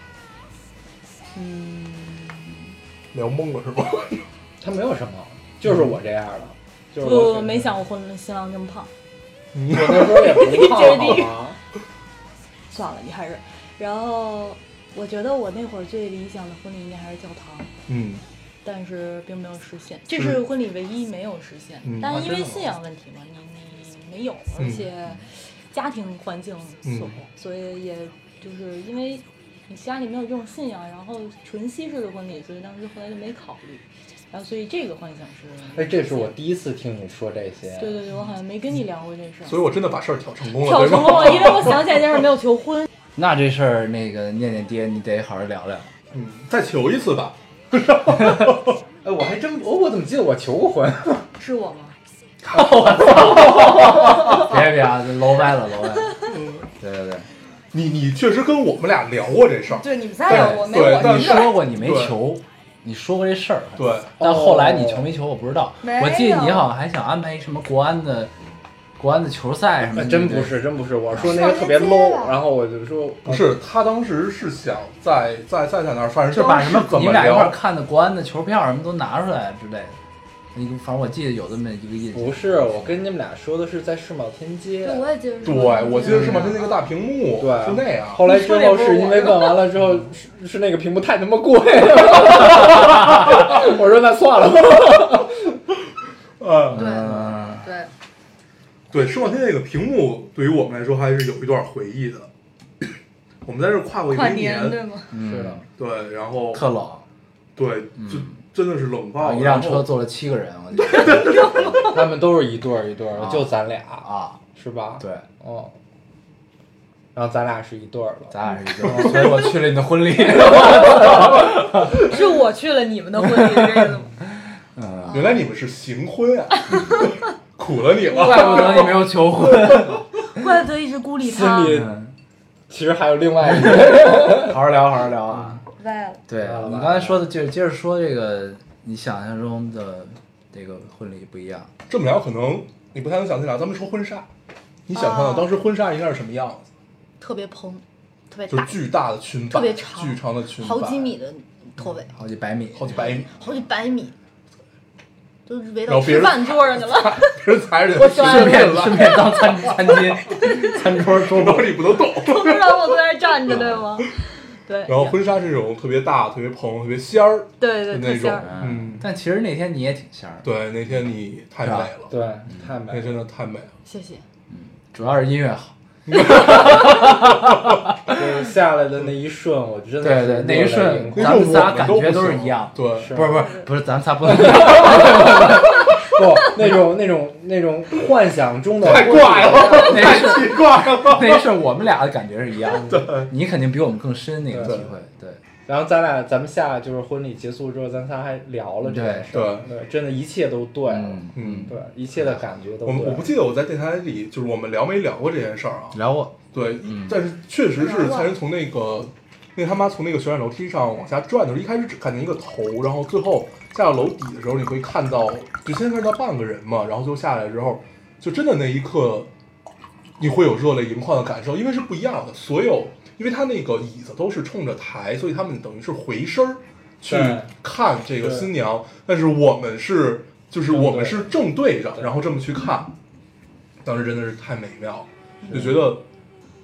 [SPEAKER 2] 嗯，聊懵了是吧？
[SPEAKER 3] 他没有什么，就是我这样的，就是我
[SPEAKER 4] 我没想过婚新郎这么胖，
[SPEAKER 3] 我那时候 也不胖好吗？
[SPEAKER 4] 算了，你还是。然后我觉得我那会儿最理想的婚礼应该还是教堂，
[SPEAKER 2] 嗯，
[SPEAKER 4] 但是并没有实现，这是婚礼唯一没有实现。
[SPEAKER 2] 嗯
[SPEAKER 4] 但
[SPEAKER 2] 啊
[SPEAKER 4] 是因
[SPEAKER 2] 真
[SPEAKER 4] 为
[SPEAKER 2] 的吗
[SPEAKER 4] 信仰问题嘛，你你没有，而
[SPEAKER 2] 嗯
[SPEAKER 4] 且家庭环境所迫，所以也就是因为你家里没有这种信仰，然后纯西式的婚礼，所以当时后来就没考虑。然后所以这个幻想是，
[SPEAKER 3] 哎，这是我第一次听你说这些，
[SPEAKER 4] 对对对，我好像没跟你聊过这事儿。
[SPEAKER 2] 所以我真的把事儿挑成功了，
[SPEAKER 4] 跳
[SPEAKER 2] 对吧
[SPEAKER 4] 成功了，因为我想起来这件事没有求婚。
[SPEAKER 1] 那这事儿那个念念爹，你得好好聊聊。
[SPEAKER 2] 嗯，再求一次吧。
[SPEAKER 3] 哎，我还真我我怎么记得我求过婚？
[SPEAKER 2] 嗯
[SPEAKER 4] 是我吗？
[SPEAKER 1] 别别啊，这楼歪了，楼歪了。
[SPEAKER 4] 嗯
[SPEAKER 1] 对对对，
[SPEAKER 2] 你你确实跟我们俩聊过这事儿，
[SPEAKER 4] 对，你们仨
[SPEAKER 2] 有我没有我但
[SPEAKER 1] 你
[SPEAKER 2] 是
[SPEAKER 1] 说过你没
[SPEAKER 2] 对
[SPEAKER 1] 求，你说过这事儿，啊
[SPEAKER 2] 对，
[SPEAKER 1] 但后来你求没求我不知道。
[SPEAKER 4] 没
[SPEAKER 1] 我记得你
[SPEAKER 4] 有
[SPEAKER 1] 好像还想安排一什么国安的国安的球赛什么
[SPEAKER 3] 哎
[SPEAKER 1] 的。
[SPEAKER 3] 真
[SPEAKER 1] 对
[SPEAKER 3] 不，是，真不是，我说那个特别
[SPEAKER 4] 上链接
[SPEAKER 3] low，
[SPEAKER 4] 了
[SPEAKER 3] 然后我就说哦
[SPEAKER 2] 不是他当时是想在在在在那儿，反正
[SPEAKER 1] 就把什么
[SPEAKER 2] 怎
[SPEAKER 1] 你
[SPEAKER 2] 么
[SPEAKER 1] 们俩一块儿
[SPEAKER 2] 聊，
[SPEAKER 1] 看的国安的球票什么都拿出来之类的。你反正我记得有这么一个印象。
[SPEAKER 3] 不是，我跟你们俩说的是在世贸天阶。
[SPEAKER 4] 对，我也记得。
[SPEAKER 2] 对我记得是吗？就那个大屏幕，
[SPEAKER 3] 对
[SPEAKER 2] 就那样。
[SPEAKER 3] 后来之后是因为问完了之后，是是那个屏幕太他妈贵了，我说那算了吧。
[SPEAKER 2] 嗯，
[SPEAKER 1] 嗯，
[SPEAKER 4] 对，
[SPEAKER 2] 对，世贸天那个屏幕对于我们来说还是有一段回忆的。 我们在这儿跨过一个
[SPEAKER 4] 跨
[SPEAKER 2] 一
[SPEAKER 4] 年对吗？
[SPEAKER 1] 嗯
[SPEAKER 3] 是的，
[SPEAKER 2] 对，然后
[SPEAKER 1] 特冷，
[SPEAKER 2] 对，就真的是冷
[SPEAKER 1] 然
[SPEAKER 2] 爆
[SPEAKER 1] 后
[SPEAKER 2] 了，
[SPEAKER 1] 啊一辆
[SPEAKER 2] 哦然
[SPEAKER 1] 车
[SPEAKER 2] 后
[SPEAKER 1] 坐了七个人，我觉得
[SPEAKER 3] 他们都是一对儿一对儿的，
[SPEAKER 1] 啊
[SPEAKER 3] 就咱俩
[SPEAKER 1] 啊，
[SPEAKER 3] 是吧？，
[SPEAKER 1] 对，
[SPEAKER 3] 嗯。然后咱俩是一对儿的，
[SPEAKER 1] 咱俩是一对儿，所以我去了你的婚礼。
[SPEAKER 4] 是我去了你们的婚礼的日子 吗？
[SPEAKER 1] 嗯，
[SPEAKER 2] 原来你们是行婚啊，苦了你了。
[SPEAKER 1] 怪不得你没有求婚。
[SPEAKER 4] 怪不得一直孤立
[SPEAKER 3] 心
[SPEAKER 4] 他，
[SPEAKER 3] 里
[SPEAKER 1] 嗯
[SPEAKER 3] 其实还有另外一个。
[SPEAKER 1] 好好聊，好好聊啊！
[SPEAKER 2] 嗯
[SPEAKER 4] 歪了。
[SPEAKER 1] 对
[SPEAKER 3] 好吧
[SPEAKER 1] 你刚才说的，就是接着说这个你想象中的这个婚礼不一样。
[SPEAKER 2] 这么聊可能你不太能想起来，咱们说婚纱，你想象
[SPEAKER 4] 啊
[SPEAKER 2] 象当时婚纱应该是什么样子？
[SPEAKER 4] 特别蓬，特别
[SPEAKER 2] 就是
[SPEAKER 4] 大，
[SPEAKER 2] 巨大的裙摆，
[SPEAKER 4] 特别长
[SPEAKER 2] 巨长的裙摆，
[SPEAKER 4] 好几米的头尾，
[SPEAKER 1] 好几百米，
[SPEAKER 2] 好几百米，
[SPEAKER 4] 好几百米，都围
[SPEAKER 2] 然
[SPEAKER 4] 到
[SPEAKER 2] 后别
[SPEAKER 4] 吃
[SPEAKER 2] 人
[SPEAKER 4] 饭桌上去 了。
[SPEAKER 2] 别人踩着你
[SPEAKER 4] 我
[SPEAKER 2] 的
[SPEAKER 4] 喜
[SPEAKER 2] 裙
[SPEAKER 4] 欢
[SPEAKER 1] 顺 便
[SPEAKER 2] 子，
[SPEAKER 1] 顺便当餐餐巾、 餐桌桌
[SPEAKER 2] 然
[SPEAKER 1] 布
[SPEAKER 2] 后。你不能动。
[SPEAKER 4] 都不让我在那儿站着，对 吗？对，
[SPEAKER 2] 然后婚纱是这种特别大、特别蓬、特别仙儿
[SPEAKER 4] 对
[SPEAKER 2] 的
[SPEAKER 4] 对
[SPEAKER 2] 那
[SPEAKER 4] 特
[SPEAKER 2] 种
[SPEAKER 4] 像，
[SPEAKER 2] 嗯，
[SPEAKER 1] 但其实那天你也挺仙儿的，
[SPEAKER 2] 对，那天你太美了，
[SPEAKER 3] 对，太
[SPEAKER 2] 那天
[SPEAKER 3] 美了。
[SPEAKER 2] 真的太美了。
[SPEAKER 4] 谢谢。
[SPEAKER 1] 主要是音乐好。
[SPEAKER 3] 就是下来的那一瞬，我真的
[SPEAKER 1] 对
[SPEAKER 3] 是
[SPEAKER 1] 对，那一
[SPEAKER 3] 热泪盈
[SPEAKER 1] 瞬
[SPEAKER 3] 眶
[SPEAKER 1] 咱们仨
[SPEAKER 2] 那
[SPEAKER 1] 感
[SPEAKER 2] 时候我
[SPEAKER 1] 觉
[SPEAKER 2] 们都
[SPEAKER 1] 都
[SPEAKER 2] 不行
[SPEAKER 1] 是一样。
[SPEAKER 2] 对，
[SPEAKER 3] 是
[SPEAKER 1] 不是不是不是，咱们 仨不能一样。
[SPEAKER 3] 不那种那种那种幻想中的
[SPEAKER 2] 太怪了，
[SPEAKER 1] 那是
[SPEAKER 2] 奇怪了。
[SPEAKER 1] 那是我们俩的感觉是一样的。
[SPEAKER 2] 对，
[SPEAKER 1] 你肯定比我们更深那个
[SPEAKER 3] 对
[SPEAKER 1] 体会。对，
[SPEAKER 3] 然后咱俩，咱们下就是婚礼结束之后，咱仨还聊了这件事儿，对，真的，一切都对了，
[SPEAKER 1] 嗯
[SPEAKER 2] 嗯，
[SPEAKER 3] 对，一切的感觉都
[SPEAKER 2] 我们我
[SPEAKER 3] 对
[SPEAKER 2] 不。记得我在电台里就是我们聊没聊过这件事儿啊？
[SPEAKER 1] 聊过
[SPEAKER 2] 对
[SPEAKER 1] 嗯，
[SPEAKER 2] 但是确实是蔡人从那个那他妈从那个旋转楼梯上往下转的时候，一开始只看见一个头，然后最后下到楼底的时候，你会看到就先看到半个人嘛，然后就下来之后，就真的那一刻，你会有热泪盈眶的感受，因为是不一样的。所有，因为他那个椅子都是冲着台，所以他们等于是回身儿去
[SPEAKER 3] 对
[SPEAKER 2] 看这个
[SPEAKER 3] 对
[SPEAKER 2] 新娘，但是我们是就是我们
[SPEAKER 3] 正
[SPEAKER 2] 是正对着，
[SPEAKER 3] 对
[SPEAKER 2] 然后这么去看，当时真的是太美妙了，就觉得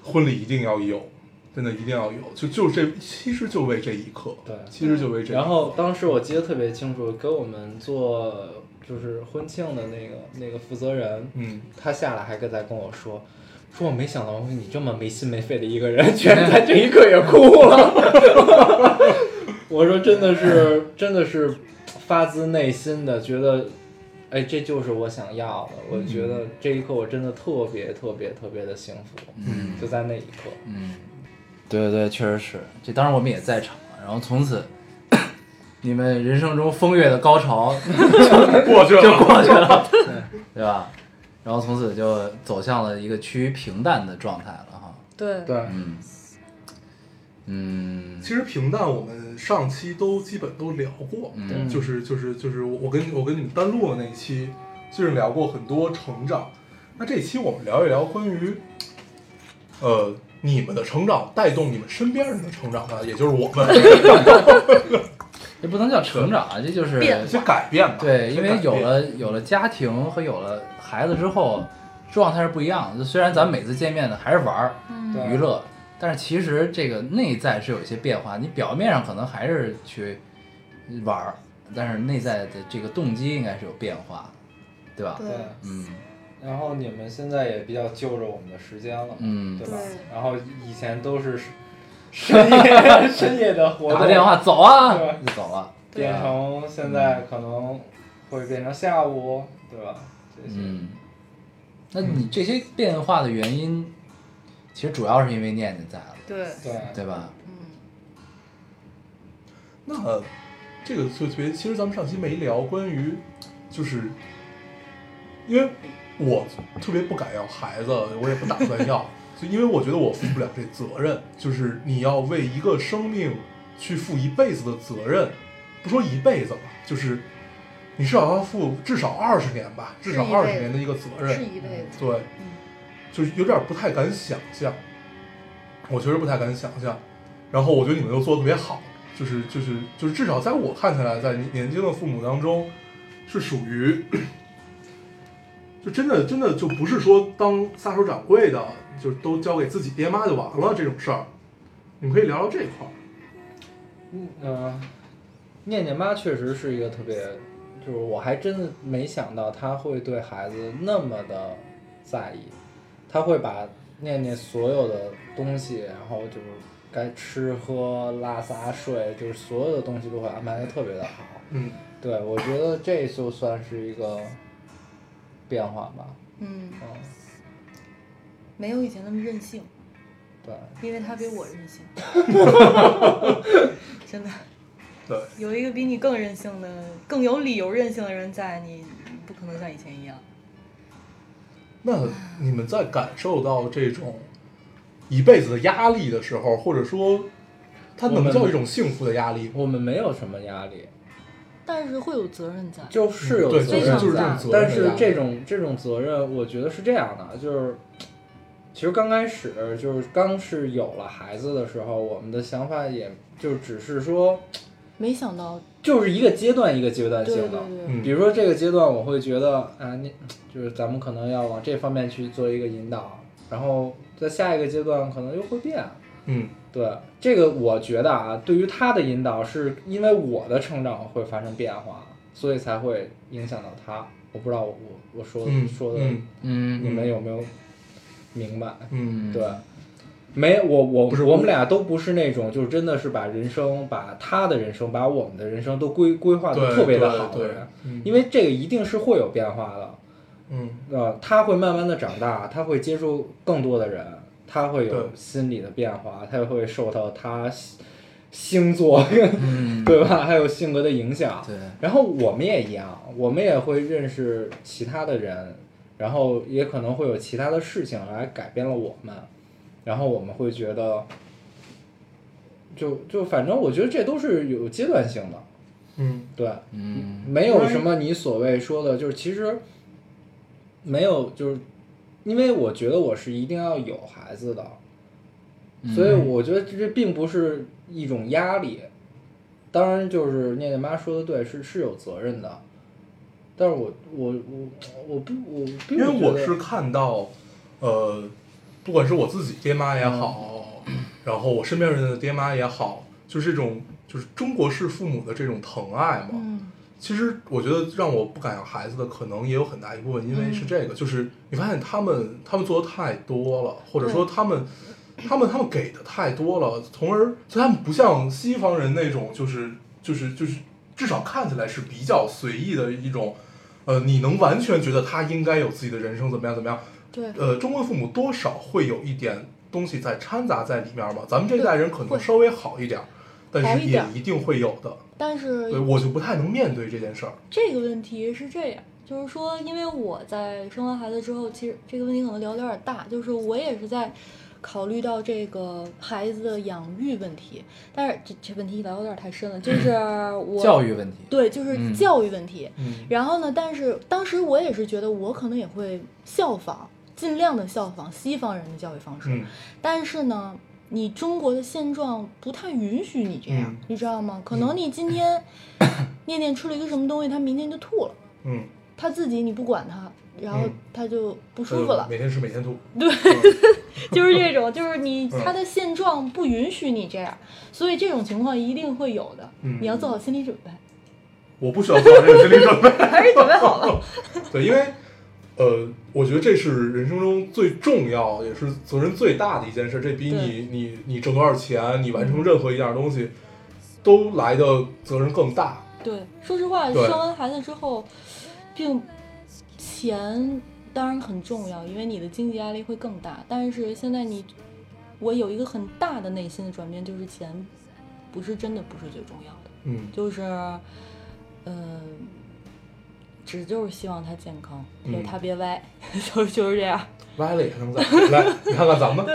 [SPEAKER 2] 婚礼一定要有，真的一定要有，就就这，其实就为这一刻，
[SPEAKER 3] 对
[SPEAKER 2] 其实就为这一刻，
[SPEAKER 3] 然后当时我记得特别清楚，给我们做就是婚庆的那个那个负责人，
[SPEAKER 2] 嗯，
[SPEAKER 3] 他下来还跟在跟我说，说我没想到你这么没心没肺的一个人，居然在这一刻也哭了。 我说真的是真的是发自内心的觉得，哎，这就是我想要的。我觉得这一刻我真的特别特别特别的幸福，
[SPEAKER 1] 嗯
[SPEAKER 3] 就在那一刻。
[SPEAKER 1] 嗯，对对对，确实是。这当然我们也在场，然后从此你们人生中风月的高潮
[SPEAKER 2] 过去
[SPEAKER 1] 就
[SPEAKER 2] 了，
[SPEAKER 1] 过去了，对吧？然后从此就走向了一个趋于平淡的状态了哈。
[SPEAKER 4] 对，
[SPEAKER 3] 对，
[SPEAKER 1] 嗯嗯
[SPEAKER 2] 其实平淡，我们上期都基本都聊过，
[SPEAKER 1] 嗯
[SPEAKER 2] 就是就是就是我跟我跟你们单录的那一期，就是聊过很多成长。那这一期我们聊一聊关于，呃，你们的成长带动你们身边人的成长啊吧，也就是我们
[SPEAKER 1] 这不能叫成长啊，这就是
[SPEAKER 4] 变
[SPEAKER 2] 一些改变吧。
[SPEAKER 1] 对，因为
[SPEAKER 2] 一些改
[SPEAKER 1] 有
[SPEAKER 2] 变
[SPEAKER 1] 了有了家庭和有了孩子之后，状态是不一样的。就虽然咱们每次见面呢还是玩儿
[SPEAKER 4] 嗯，
[SPEAKER 3] 对
[SPEAKER 1] 娱乐，但是其实这个内在是有一些变化。你表面上可能还是去玩儿，但是内在的这个动机应该是有变化，对吧？
[SPEAKER 4] 对
[SPEAKER 3] 对
[SPEAKER 1] 嗯
[SPEAKER 3] 然后你们现在也比较就着我们的时间了，
[SPEAKER 1] 嗯
[SPEAKER 3] 对，吧
[SPEAKER 4] 对？
[SPEAKER 3] 然后以前都是 深夜深夜的活动，
[SPEAKER 1] 打个电话走啊
[SPEAKER 3] 对吧，
[SPEAKER 1] 就走了。
[SPEAKER 3] 变成现在可能会变成下午，对吧？这些
[SPEAKER 1] 嗯，那你这些变化的原因，其实主要是因为念念在了，
[SPEAKER 4] 对，
[SPEAKER 3] 对，
[SPEAKER 1] 对吧？
[SPEAKER 2] 那这个就别，其实咱们上期没聊关于，就是因为我特别不敢要孩子，我也不打算要， 就因为我觉得我负不了这责任，就是你要为一个生命去负一辈子的责任，不说一辈子吧，就是你至少要负至少二十年吧，至少
[SPEAKER 4] 是一辈
[SPEAKER 2] 二
[SPEAKER 4] 子
[SPEAKER 2] 十年的一个责任，
[SPEAKER 4] 是一辈子，
[SPEAKER 2] 对，就是有点不太敢想象，我确实不太敢想象。然后我觉得你们都做的特别好，就是就是就是至少在我看起来，在年年轻的父母当中，是属于， 就真的真的就不是说当撒手掌柜的，就都交给自己爹妈就完了这种事儿。你们可以聊聊这一块儿，
[SPEAKER 3] 嗯、呃念念妈确实是一个特别，就是我还真的没想到她会对孩子那么的在意，她会把念念所有的东西，然后就是该吃喝拉撒睡，就是所有的东西都会安排的特别的好。
[SPEAKER 2] 嗯，
[SPEAKER 3] 对，我觉得这就算是一个变化吧。
[SPEAKER 4] 嗯，
[SPEAKER 3] 嗯，
[SPEAKER 4] 没有以前那么任性，
[SPEAKER 3] 对，
[SPEAKER 4] 因为他比我任 性，真的
[SPEAKER 2] 对，
[SPEAKER 4] 有一个比你更任性的、更有理由任性的人在，你你不可能像以前一样。
[SPEAKER 2] 那你们在感受到这种一辈子的压力的时候，或者说，它
[SPEAKER 3] 我
[SPEAKER 2] 能
[SPEAKER 3] 们
[SPEAKER 2] 叫一种幸福的压力吗？
[SPEAKER 3] 我们没有什么压力，
[SPEAKER 4] 但是会有责任在，
[SPEAKER 3] 就是有
[SPEAKER 2] 对
[SPEAKER 3] 责
[SPEAKER 4] 非常
[SPEAKER 3] 任
[SPEAKER 4] 嗯就是这
[SPEAKER 3] 在
[SPEAKER 4] 种
[SPEAKER 2] 责任
[SPEAKER 3] 但是
[SPEAKER 2] 在
[SPEAKER 3] 这种这种责任，我觉得是这样的，就是其实刚开始就是刚是有了孩子的时候，我们的想法也就只是说，
[SPEAKER 4] 没想到，
[SPEAKER 3] 就是一个阶段一个阶段
[SPEAKER 4] 对对
[SPEAKER 3] 性的。
[SPEAKER 4] 对，
[SPEAKER 2] 嗯
[SPEAKER 3] 比如说这个阶段，我会觉得啊，你就是咱们可能要往这方面去做一个引导，然后在下一个阶段可能又会变。
[SPEAKER 2] 嗯，
[SPEAKER 3] 对这个，我觉得啊，对于他的引导，是因为我的成长会发生变化，所以才会影响到他。我不知道我我说的、
[SPEAKER 2] 嗯，
[SPEAKER 3] 说的、
[SPEAKER 2] 嗯
[SPEAKER 1] 嗯
[SPEAKER 3] 你们有没有明白？
[SPEAKER 2] 嗯，
[SPEAKER 3] 对，没我我
[SPEAKER 2] 不是
[SPEAKER 3] 我们俩都不是那种就是真的是把人生把他的人生把我们的人生都规规划的
[SPEAKER 2] 对，
[SPEAKER 3] 特别的
[SPEAKER 2] 对
[SPEAKER 3] 好的
[SPEAKER 2] 对
[SPEAKER 3] 人，，
[SPEAKER 2] 嗯
[SPEAKER 3] 因为这个一定是会有变化的。
[SPEAKER 2] 嗯
[SPEAKER 3] 呃，他会慢慢的长大，他会接触更多的人，他会
[SPEAKER 2] 对
[SPEAKER 3] 有心理的变化，他会受到他星星座，
[SPEAKER 1] 嗯，
[SPEAKER 3] 对吧？还有性格的影响。
[SPEAKER 1] 对，
[SPEAKER 3] 然后我们也一样，我们也会认识其他的人，然后也可能会有其他的事情来改变了我们，然后我们会觉得，就就反正我觉得这都是有阶段性的，
[SPEAKER 2] 嗯
[SPEAKER 3] 对，
[SPEAKER 1] 嗯
[SPEAKER 3] 没有什么你所谓说的，就是其实没有，就是因为我觉得我是一定要有孩子的，
[SPEAKER 2] 嗯
[SPEAKER 3] 所以我觉得这并不是一种压力。当然，就是念念妈说的对，是是有责任的，但是我我我我不我
[SPEAKER 2] 因
[SPEAKER 3] 并
[SPEAKER 2] 为
[SPEAKER 3] 不觉
[SPEAKER 2] 我
[SPEAKER 3] 得
[SPEAKER 2] 是看到，呃，不管是我自己爹妈也好，然后我身边人的爹妈也好，就是这种就是中国式父母的这种疼爱嘛。
[SPEAKER 4] 嗯，
[SPEAKER 2] 其实我觉得让我不敢养孩子的，可能也有很大一部分因为是这个，就是你发现他们他们做的太多了，或者说他们他们他们给的太多了，从而就他们不像西方人那种，就是就是就是至少看起来是比较随意的一种，呃，你能完全觉得他应该有自己的人生怎么样怎么样，
[SPEAKER 4] 对，
[SPEAKER 2] 呃，中国父母多少会有一点东西在掺杂在里面嘛，咱们这一代人可能稍微好一点儿，但
[SPEAKER 4] 好
[SPEAKER 2] 是
[SPEAKER 4] 一
[SPEAKER 2] 也
[SPEAKER 4] 点儿
[SPEAKER 2] 一定会有的，
[SPEAKER 4] 但是
[SPEAKER 2] 对我就不太能面对这件事儿。
[SPEAKER 4] 这个问题是这样，就是说，因为我在生完孩子之后，其实这个问题可能聊得有点大，就是我也是在考虑到这个孩子的养育问题，但是这这问题聊得有点太深了，就是我
[SPEAKER 1] 嗯教育问题，
[SPEAKER 4] 对，就是
[SPEAKER 1] 嗯
[SPEAKER 4] 教育问题。
[SPEAKER 2] 嗯，
[SPEAKER 4] 然后呢，但是当时我也是觉得，我可能也会效仿，尽量的效仿西方人的教育方式，
[SPEAKER 2] 嗯，
[SPEAKER 4] 但是呢，你中国的现状不太允许你这样，
[SPEAKER 2] 嗯
[SPEAKER 4] 你知道吗？可能你 今天念念吃了一个什么东西，他明天就吐了，
[SPEAKER 2] 嗯，
[SPEAKER 4] 他自己你不管他，然后
[SPEAKER 2] 嗯
[SPEAKER 4] 他就不舒服了，
[SPEAKER 2] 呃每天吃每天吐。
[SPEAKER 4] 就是 这种，就是你
[SPEAKER 2] 嗯
[SPEAKER 4] 他的现状不允许你这样，所以这种情况一定会有的，
[SPEAKER 2] 嗯
[SPEAKER 4] 你要做好心理准备。
[SPEAKER 2] 我不需要做好这个心理准备，
[SPEAKER 4] 还是准备好了，
[SPEAKER 2] 对，因为呃，我觉得这是人生中最重要也是责任最大的一件事，这比
[SPEAKER 4] 对
[SPEAKER 2] 你你你挣多少钱，你完成任何一样东西，都来的责任更大。
[SPEAKER 4] 对，说实话，
[SPEAKER 2] 对
[SPEAKER 4] 生完孩子之后，并钱当然很重要，因为你的经济压力会更大。但是现在你，我有一个很大的内心的转变，就是钱不是真的不是最重要的，
[SPEAKER 2] 嗯
[SPEAKER 4] 就是，呃，只就是希望他健康，
[SPEAKER 2] 嗯
[SPEAKER 4] 就是他别歪， 就是就是这样。
[SPEAKER 2] 歪了也能再回来，你看看咱们，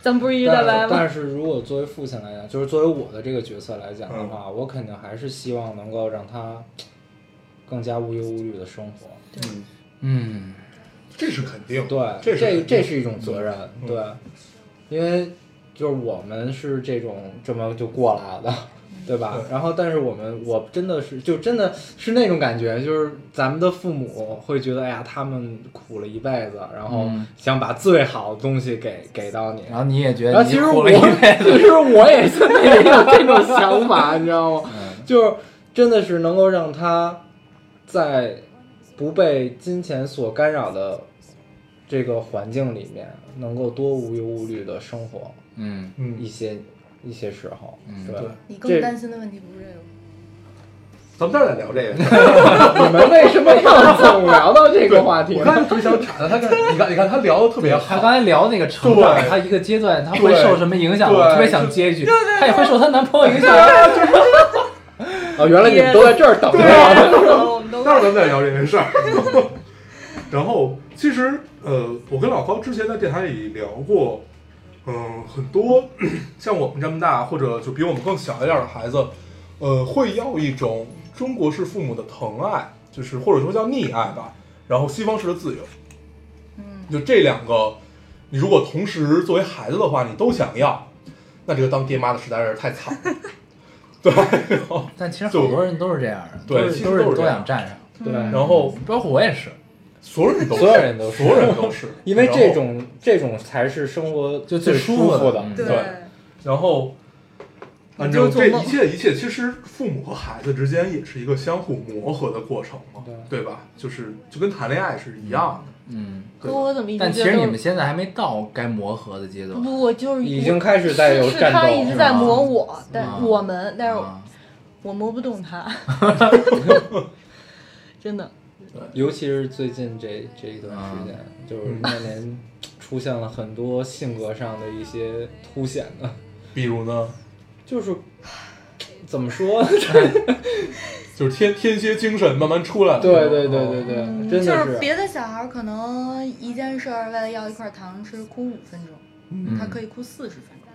[SPEAKER 4] 咱们不是一直在歪
[SPEAKER 3] 但但
[SPEAKER 4] 吗？
[SPEAKER 3] 是如果作为父亲来讲，就是作为我的这个角色来讲的
[SPEAKER 2] 嗯
[SPEAKER 3] 话，我肯定还是希望能够让他更加无忧无虑的生活。
[SPEAKER 2] 嗯，
[SPEAKER 1] 嗯，
[SPEAKER 2] 这是肯定，
[SPEAKER 3] 对，
[SPEAKER 2] 这是肯
[SPEAKER 3] 这
[SPEAKER 2] 定
[SPEAKER 3] 这是一种责任，
[SPEAKER 2] 嗯
[SPEAKER 3] 对，因为就是我们是这种这么就过来的，对吧？
[SPEAKER 2] 对
[SPEAKER 3] 然后，但是我们我真的是就真的是那种感觉，就是咱们的父母会觉得，哎呀，他们苦了一辈子，然后
[SPEAKER 1] 嗯
[SPEAKER 3] 想把最好的东西给给到你，
[SPEAKER 1] 然后你也觉
[SPEAKER 3] 然
[SPEAKER 1] 得哎
[SPEAKER 3] 后
[SPEAKER 1] 你
[SPEAKER 3] 其实
[SPEAKER 1] 苦
[SPEAKER 3] 我
[SPEAKER 1] 了一 辈子，
[SPEAKER 3] 其实我也现在也有这种 想法，你知道吗？
[SPEAKER 1] 嗯
[SPEAKER 3] 就是真的是能够让他在不被金钱所干扰的这个环境里面，能够多无忧无虑的生活
[SPEAKER 1] 嗯，
[SPEAKER 2] 嗯，
[SPEAKER 3] 一些一些时候，
[SPEAKER 1] 嗯
[SPEAKER 3] 对
[SPEAKER 2] 对，
[SPEAKER 4] 你
[SPEAKER 3] 这
[SPEAKER 4] 心的问题不是这
[SPEAKER 2] 咱
[SPEAKER 4] 个。
[SPEAKER 2] 们待会儿再聊这个。
[SPEAKER 3] 你们为什么要总聊到这
[SPEAKER 2] 对
[SPEAKER 3] 个话题
[SPEAKER 2] 我
[SPEAKER 3] 呢？
[SPEAKER 2] 刚才就想插他，他跟你看，你看他聊的特别
[SPEAKER 1] 他
[SPEAKER 2] 好，
[SPEAKER 1] 刚才聊那个成长，
[SPEAKER 2] 对
[SPEAKER 1] 他一个阶段他会
[SPEAKER 2] 对
[SPEAKER 1] 受什么影响，
[SPEAKER 2] 对
[SPEAKER 1] 我特别想接一句，他也会受她男朋友影响。
[SPEAKER 3] 哦，原来你们都在这儿等着我。
[SPEAKER 2] 待会儿咱们再聊这件事儿。 然后，其实呃，我跟老高之前在电台里聊过，嗯、很多像我们这么大或者就比我们更小一点的孩子，呃，会要一种中国式父母的疼爱，就是或者说叫溺爱吧，然后西方式的自由。
[SPEAKER 4] 嗯，
[SPEAKER 2] 就这两个，你如果同时作为孩子的话，你都想要，那这个当爹妈的实在是太惨了。对，然后
[SPEAKER 1] 但其实好多人都是这样的，
[SPEAKER 2] 对
[SPEAKER 1] 都
[SPEAKER 2] 其
[SPEAKER 1] 是
[SPEAKER 2] 实
[SPEAKER 1] 都
[SPEAKER 2] 都是
[SPEAKER 1] 是
[SPEAKER 2] 这
[SPEAKER 1] 都
[SPEAKER 2] 样
[SPEAKER 1] 想站上，
[SPEAKER 3] 对，
[SPEAKER 2] 然后
[SPEAKER 1] 包括我也是，
[SPEAKER 2] 所有人都
[SPEAKER 3] 所有人都是
[SPEAKER 2] 所有人都是，
[SPEAKER 3] 因为
[SPEAKER 2] 然后
[SPEAKER 3] 这种这种才是生活
[SPEAKER 1] 就
[SPEAKER 3] 最
[SPEAKER 1] 最
[SPEAKER 3] 舒
[SPEAKER 1] 舒
[SPEAKER 3] 服
[SPEAKER 1] 服
[SPEAKER 3] 的
[SPEAKER 1] 的，嗯
[SPEAKER 4] 对
[SPEAKER 2] 对然后，按照这一切一切，其实父母和孩子之间也是一个相互磨合的过程嘛，对吧？就是就跟谈恋爱是一样的。
[SPEAKER 1] 嗯。
[SPEAKER 2] 对
[SPEAKER 4] 可我怎么一直
[SPEAKER 1] 但
[SPEAKER 4] 觉
[SPEAKER 1] 其
[SPEAKER 4] 得
[SPEAKER 1] 实你们现在还没到该磨合的阶段
[SPEAKER 4] 不，我就是
[SPEAKER 3] 已经开始在有
[SPEAKER 4] 是
[SPEAKER 3] 战
[SPEAKER 4] 他
[SPEAKER 3] 斗
[SPEAKER 4] 一直
[SPEAKER 1] 是
[SPEAKER 4] 在
[SPEAKER 1] 吗
[SPEAKER 4] 磨我，但
[SPEAKER 1] 嗯
[SPEAKER 4] 我们，但是
[SPEAKER 1] 啊，
[SPEAKER 4] 我磨不动他，真的。
[SPEAKER 3] 尤其是最近这这一段时间，就是那年出现了很多性格上的一些凸显的，
[SPEAKER 2] 比如呢，
[SPEAKER 3] 就是怎么 说？哎
[SPEAKER 2] 就是天天蝎精神慢慢出来了。
[SPEAKER 3] 对对对对对，
[SPEAKER 4] 嗯
[SPEAKER 3] 真
[SPEAKER 4] 就
[SPEAKER 3] 的啊
[SPEAKER 4] 是别的小孩儿可能一件事儿为了要一块糖吃哭五分钟，
[SPEAKER 1] 嗯
[SPEAKER 4] 他可以哭四十分钟。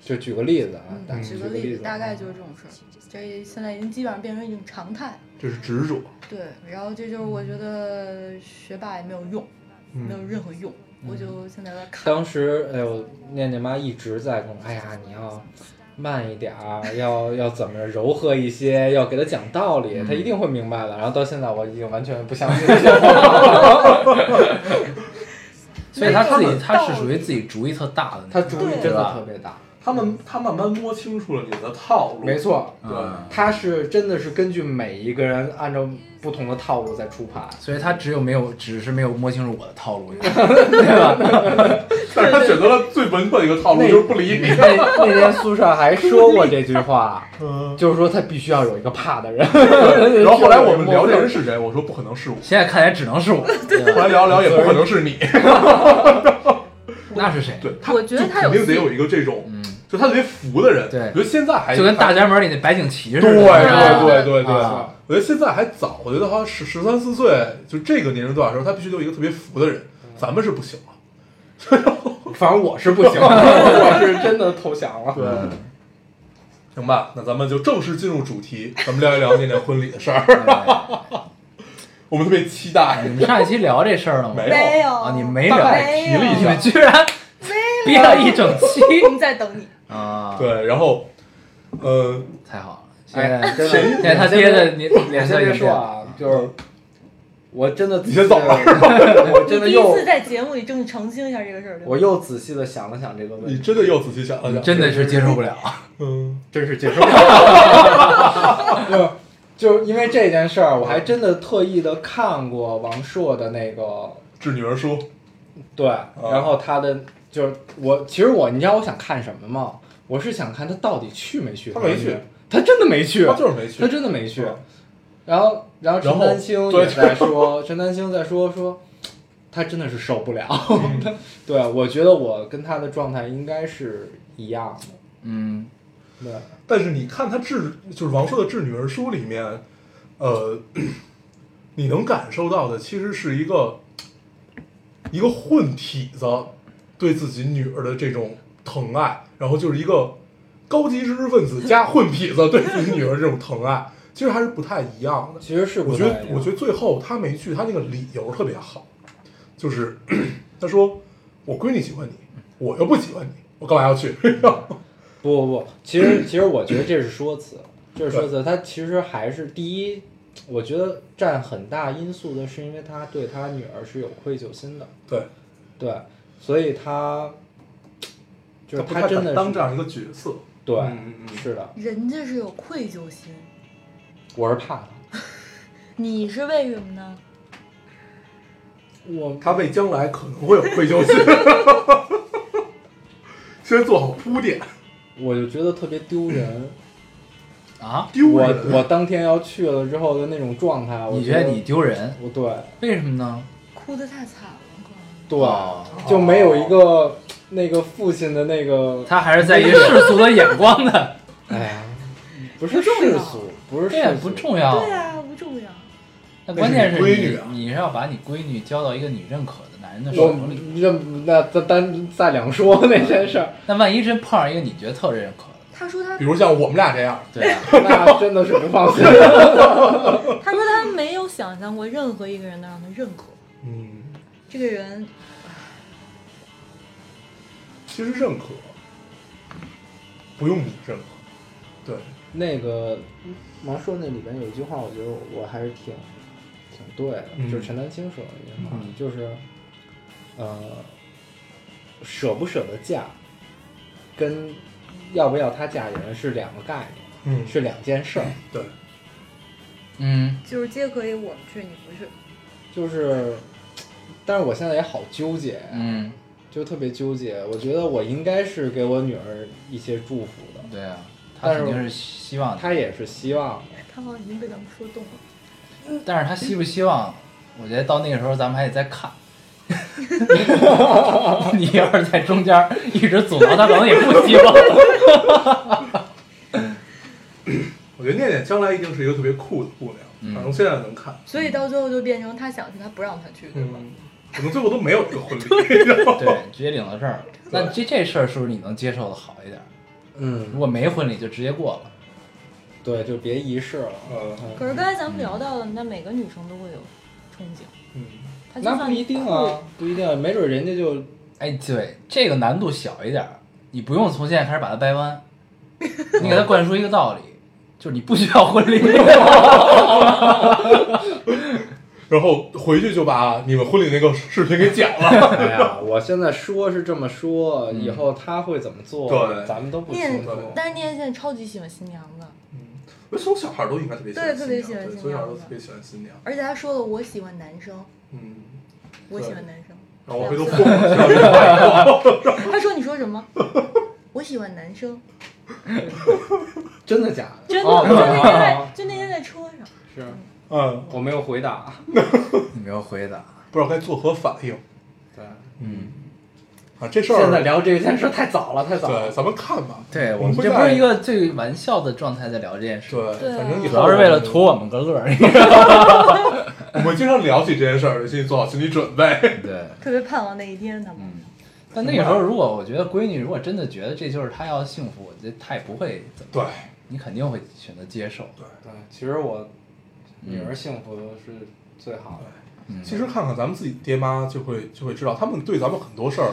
[SPEAKER 3] 就举个例子啊，大
[SPEAKER 4] 嗯，
[SPEAKER 3] 举
[SPEAKER 4] 举
[SPEAKER 3] 个
[SPEAKER 4] 个例
[SPEAKER 3] 子啊
[SPEAKER 4] 子，，大概就是这种事儿。这现在已经基本上变成一种常态。
[SPEAKER 2] 这是执着。
[SPEAKER 4] 对，然后这就是我觉得学霸也没有用，没有
[SPEAKER 2] 嗯，
[SPEAKER 4] 任何用。我就现在有点卡。
[SPEAKER 3] 当时哎呦，念念妈一直在跟我，哎呀，你要。慢一点儿，要要怎么柔和一些，要给他讲道理，他一定会明白的。然后到现在，我已经完全不 相信这些话了。
[SPEAKER 1] 所以他自己他是
[SPEAKER 4] 道理
[SPEAKER 1] 属于自己主意特大的那种，
[SPEAKER 3] 他主意真
[SPEAKER 1] 对
[SPEAKER 3] 的
[SPEAKER 1] 吧
[SPEAKER 3] 特别大，
[SPEAKER 2] 他们他慢慢摸清楚了你的套路，
[SPEAKER 3] 没，错，
[SPEAKER 1] 嗯，
[SPEAKER 3] 他是真的是根据每一个人按照不同的套路在出牌。
[SPEAKER 1] 所以他只有没有只是没有摸清楚我的套路。
[SPEAKER 2] 但是他选择了最文本一个套路，
[SPEAKER 3] 那
[SPEAKER 2] 就是不理 你。
[SPEAKER 3] 那那天苏少还说过这句话，
[SPEAKER 2] 嗯，
[SPEAKER 3] 就是说他必须要有一个怕 的人。
[SPEAKER 2] 对然后后来我们聊这人是谁，我说不可能是我，
[SPEAKER 1] 现在看来只能 是我，
[SPEAKER 2] 后来聊聊也不可能是你。
[SPEAKER 1] 那是谁？
[SPEAKER 2] 对，他
[SPEAKER 4] 我觉得
[SPEAKER 2] 就
[SPEAKER 4] 他
[SPEAKER 2] 肯
[SPEAKER 4] 有
[SPEAKER 2] 定得
[SPEAKER 4] 戏
[SPEAKER 2] 有一个这种，
[SPEAKER 1] 嗯，
[SPEAKER 2] 就他特别服的人。
[SPEAKER 1] 对
[SPEAKER 2] 我觉得现在还
[SPEAKER 1] 就跟大
[SPEAKER 2] 家
[SPEAKER 1] 宅门里那白景琦似
[SPEAKER 2] 对
[SPEAKER 1] 的。
[SPEAKER 2] 对
[SPEAKER 4] 啊
[SPEAKER 2] 对对对，
[SPEAKER 1] 啊
[SPEAKER 2] 我觉得现在还早，我觉得好像十十三四岁，就这个年龄段的时候，他必须得有一个特别服的人。
[SPEAKER 1] 嗯
[SPEAKER 2] 咱们是不行了，
[SPEAKER 3] 反正我是不 行，我是真的投降了。
[SPEAKER 1] 嗯
[SPEAKER 2] 行吧？那咱们就正式进入主题，咱们聊一聊那年婚礼的事儿， 我们特别期
[SPEAKER 1] 哎
[SPEAKER 2] 待
[SPEAKER 1] 你。们上一期聊这事儿了吗？
[SPEAKER 2] 没
[SPEAKER 4] 没有
[SPEAKER 1] 啊，你没聊，
[SPEAKER 2] 大概
[SPEAKER 4] 没
[SPEAKER 2] 提了
[SPEAKER 4] 有
[SPEAKER 2] 一
[SPEAKER 1] 你
[SPEAKER 2] 下
[SPEAKER 1] 们，居然 憋了一整期
[SPEAKER 4] 我们在等你。
[SPEAKER 1] 啊！，
[SPEAKER 2] 对，然后，呃，
[SPEAKER 1] 太好了，现在
[SPEAKER 3] 哎，真的，
[SPEAKER 1] 现在他爹的脸
[SPEAKER 3] 我
[SPEAKER 1] 脸
[SPEAKER 3] 先
[SPEAKER 1] 色
[SPEAKER 3] 别
[SPEAKER 1] 也
[SPEAKER 3] 说
[SPEAKER 1] 变了。
[SPEAKER 3] 啊，就是我真的
[SPEAKER 2] 你先 走吧
[SPEAKER 3] 我真
[SPEAKER 4] 你
[SPEAKER 3] 的
[SPEAKER 4] 第一
[SPEAKER 3] 又
[SPEAKER 4] 次在节目里正式澄清一下这个事儿，对吧
[SPEAKER 3] 我又仔细的想了想这个问
[SPEAKER 2] 你
[SPEAKER 3] 题，
[SPEAKER 2] 真的又仔细想了想，
[SPEAKER 1] 真的是接受不了，
[SPEAKER 2] 嗯，
[SPEAKER 3] 真是接受不了。 就就是因为这件事儿，我还真的特意的看过王朔的那个
[SPEAKER 2] 致女儿书，
[SPEAKER 3] 对，
[SPEAKER 2] 啊
[SPEAKER 3] 然后他的就是我，其实我你知道我想看什么吗？我是想看他到底去没去。
[SPEAKER 2] 他没去，
[SPEAKER 3] 他真的没去，
[SPEAKER 2] 他就是没去
[SPEAKER 3] 他，真的没去
[SPEAKER 2] 嗯。
[SPEAKER 3] 然后，然后
[SPEAKER 2] 然
[SPEAKER 3] 陈
[SPEAKER 2] 后
[SPEAKER 3] 丹青
[SPEAKER 2] 对
[SPEAKER 3] 也在说， 陈丹青在说说，他真的是受不了。
[SPEAKER 2] 嗯
[SPEAKER 3] 他 对，我觉得我跟他的状态应该是一样的。
[SPEAKER 1] 嗯，
[SPEAKER 3] 对，
[SPEAKER 2] 但是你看他致就是王朔的《致女儿书》里面，呃， 你能感受到的其实是一个一个混体子对自己女儿的这种疼爱，然后就是一个高级知识分子加混痞子对自己女儿这种疼爱， 其实还是不太一样的。
[SPEAKER 3] 其实是
[SPEAKER 2] 我觉得，我觉
[SPEAKER 3] 得
[SPEAKER 2] 得最后他没去，他那个理由特别好，就是 他说我闺女喜欢你，我又不喜欢你，我干嘛要去？
[SPEAKER 3] 不不不，其实其实我觉得这是说辞，这是说辞。他其实还是第一，我觉得占很大因素的是因为他对他女儿是有愧疚心的，
[SPEAKER 2] 对，
[SPEAKER 3] 对，所以他就是
[SPEAKER 2] 不太
[SPEAKER 3] 真
[SPEAKER 2] 敢
[SPEAKER 3] 的
[SPEAKER 2] 当
[SPEAKER 3] 是
[SPEAKER 2] 这样一个角色，
[SPEAKER 3] 对，
[SPEAKER 2] 嗯嗯嗯
[SPEAKER 3] 是的，
[SPEAKER 4] 人家是有愧疚心，
[SPEAKER 3] 我是怕他。
[SPEAKER 4] 你是为什么呢？
[SPEAKER 3] 我
[SPEAKER 2] 嗯他为将来可能会有愧疚心， 先做好铺垫。
[SPEAKER 3] 我就觉得特别丢人。
[SPEAKER 1] 啊，
[SPEAKER 2] 丢
[SPEAKER 3] 我
[SPEAKER 2] 人，
[SPEAKER 3] 我当天要去了之后的那种状态，我
[SPEAKER 1] 你
[SPEAKER 3] 觉
[SPEAKER 1] 觉得你丢人？
[SPEAKER 3] 我对
[SPEAKER 1] 为什么呢？
[SPEAKER 4] 哭得太惨了，哥
[SPEAKER 3] 对、
[SPEAKER 1] 哦
[SPEAKER 3] 就没有一个那个父亲的那个，
[SPEAKER 1] 他还是在意世俗的眼光的，
[SPEAKER 3] 哎呀，不是
[SPEAKER 4] 不重
[SPEAKER 3] 世
[SPEAKER 4] 要
[SPEAKER 3] 俗，不是
[SPEAKER 1] 这也
[SPEAKER 3] 世
[SPEAKER 1] 不
[SPEAKER 3] 俗，
[SPEAKER 1] 重要。
[SPEAKER 4] 对啊，不重要。
[SPEAKER 1] 那关键是
[SPEAKER 2] 那是你闺女啊
[SPEAKER 1] 你你是要把你闺女交到一个你认可的男人的手
[SPEAKER 3] 我
[SPEAKER 1] 里。
[SPEAKER 3] 这那咱咱再两说那件事 儿，
[SPEAKER 1] 那万一真碰上一个你觉得特认可的，
[SPEAKER 4] 他说他
[SPEAKER 2] 比，如像我们俩这样，
[SPEAKER 1] 对啊，
[SPEAKER 3] 那真的是不放 心。
[SPEAKER 4] 他说他没有想象过任何一个人能让他认可。
[SPEAKER 2] 嗯，
[SPEAKER 4] 这个人
[SPEAKER 2] 其实认可，不用你认可，对，
[SPEAKER 3] 那个王朔那里边有一句话，我觉得我还是挺挺对的，
[SPEAKER 2] 嗯
[SPEAKER 3] 就是陈丹青说的一句话，
[SPEAKER 2] 嗯
[SPEAKER 3] 就是呃，舍不舍得嫁，跟要不要她嫁人是两个概念，
[SPEAKER 2] 嗯，
[SPEAKER 3] 是两件事儿。
[SPEAKER 2] 对，
[SPEAKER 1] 嗯，
[SPEAKER 4] 就是皆可以，我们去你不去。
[SPEAKER 3] 就是，但是我现在也好纠结呀，
[SPEAKER 1] 嗯，
[SPEAKER 3] 就特别纠结。我觉得我应该是给我女儿一些祝福的，
[SPEAKER 1] 对啊，他
[SPEAKER 3] 但是
[SPEAKER 1] 肯定是希望，
[SPEAKER 3] 她也是希望
[SPEAKER 4] 他好像已经被咱们说动了。
[SPEAKER 1] 但是他希不希望，我觉得到那个时候咱们还得再 看。你要是在中间一直阻挠他，可能也不希望。
[SPEAKER 2] 我觉得念念将来一定是一个特别酷的姑娘，
[SPEAKER 1] 嗯
[SPEAKER 2] 反正现在能看，
[SPEAKER 4] 所以到最后就变成他想去，他不让他去，对吧？
[SPEAKER 2] 嗯，可能最后都没有这个婚礼。
[SPEAKER 1] 对，直接领到这儿了。那这这事儿是不是你能接受的好一点？如
[SPEAKER 3] 嗯，
[SPEAKER 1] 果没婚礼就直接过了，
[SPEAKER 3] 对，就别仪式了。
[SPEAKER 2] 呃
[SPEAKER 3] 嗯
[SPEAKER 4] 可是刚才咱们聊到了，那每个女生都会有憧憬。
[SPEAKER 2] 嗯，
[SPEAKER 4] 她就
[SPEAKER 3] 那
[SPEAKER 4] 算
[SPEAKER 3] 不一定啊，不一定，没准人家 就
[SPEAKER 1] 哎，对，这个难度小一点儿，你不用从现在开始把它掰弯，你给他灌输一个道理，就是你不需要婚礼。
[SPEAKER 2] 然后回去就把你们婚礼那个视频给剪了。
[SPEAKER 3] 哎呀，我现在说是这么说，以后他会怎么做，
[SPEAKER 2] 对
[SPEAKER 3] 咱们都不
[SPEAKER 4] 念
[SPEAKER 3] 清楚。
[SPEAKER 2] 对
[SPEAKER 4] 但是念现在超级喜欢新娘子，
[SPEAKER 2] 嗯，我觉得从小孩儿都应该特别喜欢
[SPEAKER 4] 对
[SPEAKER 2] 新
[SPEAKER 4] 特别
[SPEAKER 2] 娘
[SPEAKER 4] 喜欢
[SPEAKER 2] 对
[SPEAKER 4] 新
[SPEAKER 2] 从小孩儿
[SPEAKER 4] 娘
[SPEAKER 2] 都
[SPEAKER 4] 子
[SPEAKER 2] 特别喜欢新娘。
[SPEAKER 4] 而且他说的我喜欢男生，
[SPEAKER 2] 嗯，
[SPEAKER 4] 我
[SPEAKER 2] 对
[SPEAKER 4] 喜欢男生。
[SPEAKER 2] 然后我回头
[SPEAKER 4] 这
[SPEAKER 2] 疯了。
[SPEAKER 4] 他说你说什么？我喜欢男生，
[SPEAKER 3] 真的假的？
[SPEAKER 4] 真的，
[SPEAKER 3] 哦
[SPEAKER 4] 就那天在
[SPEAKER 3] 哦
[SPEAKER 4] 就那天在车上，
[SPEAKER 3] 是
[SPEAKER 2] 嗯，
[SPEAKER 3] 我没有回答。
[SPEAKER 1] 你没有回答，
[SPEAKER 2] 不知道该作何反应
[SPEAKER 3] 对，
[SPEAKER 1] 嗯，
[SPEAKER 2] 啊！这事儿
[SPEAKER 3] 现在聊这件事太早了，太早
[SPEAKER 2] 对，
[SPEAKER 3] 了。
[SPEAKER 2] 咱们看吧。
[SPEAKER 1] 对我
[SPEAKER 2] 们
[SPEAKER 1] 们
[SPEAKER 2] 会
[SPEAKER 1] 这不是
[SPEAKER 2] 在
[SPEAKER 1] 一个最玩笑的状态在聊这件事，
[SPEAKER 2] 对，
[SPEAKER 4] 对啊
[SPEAKER 2] 反正以后
[SPEAKER 1] 主要是为了
[SPEAKER 2] 我
[SPEAKER 1] 图
[SPEAKER 2] 们
[SPEAKER 1] 我们个乐儿。
[SPEAKER 2] 我们经常聊起这件事儿，先做好心理 准备。
[SPEAKER 1] 对，
[SPEAKER 4] 特别盼望那一天，他们。
[SPEAKER 1] 但那个时候，如果我觉得闺女如果真的觉得这就是她要的幸福，我觉得她也不会怎么，
[SPEAKER 2] 对，
[SPEAKER 1] 你肯定会选择接受。
[SPEAKER 3] 对，嗯其实我女儿幸福是最好的。
[SPEAKER 1] 嗯
[SPEAKER 2] 其实看看咱们自己爹妈，就会就会知道，他们对咱们很多事儿，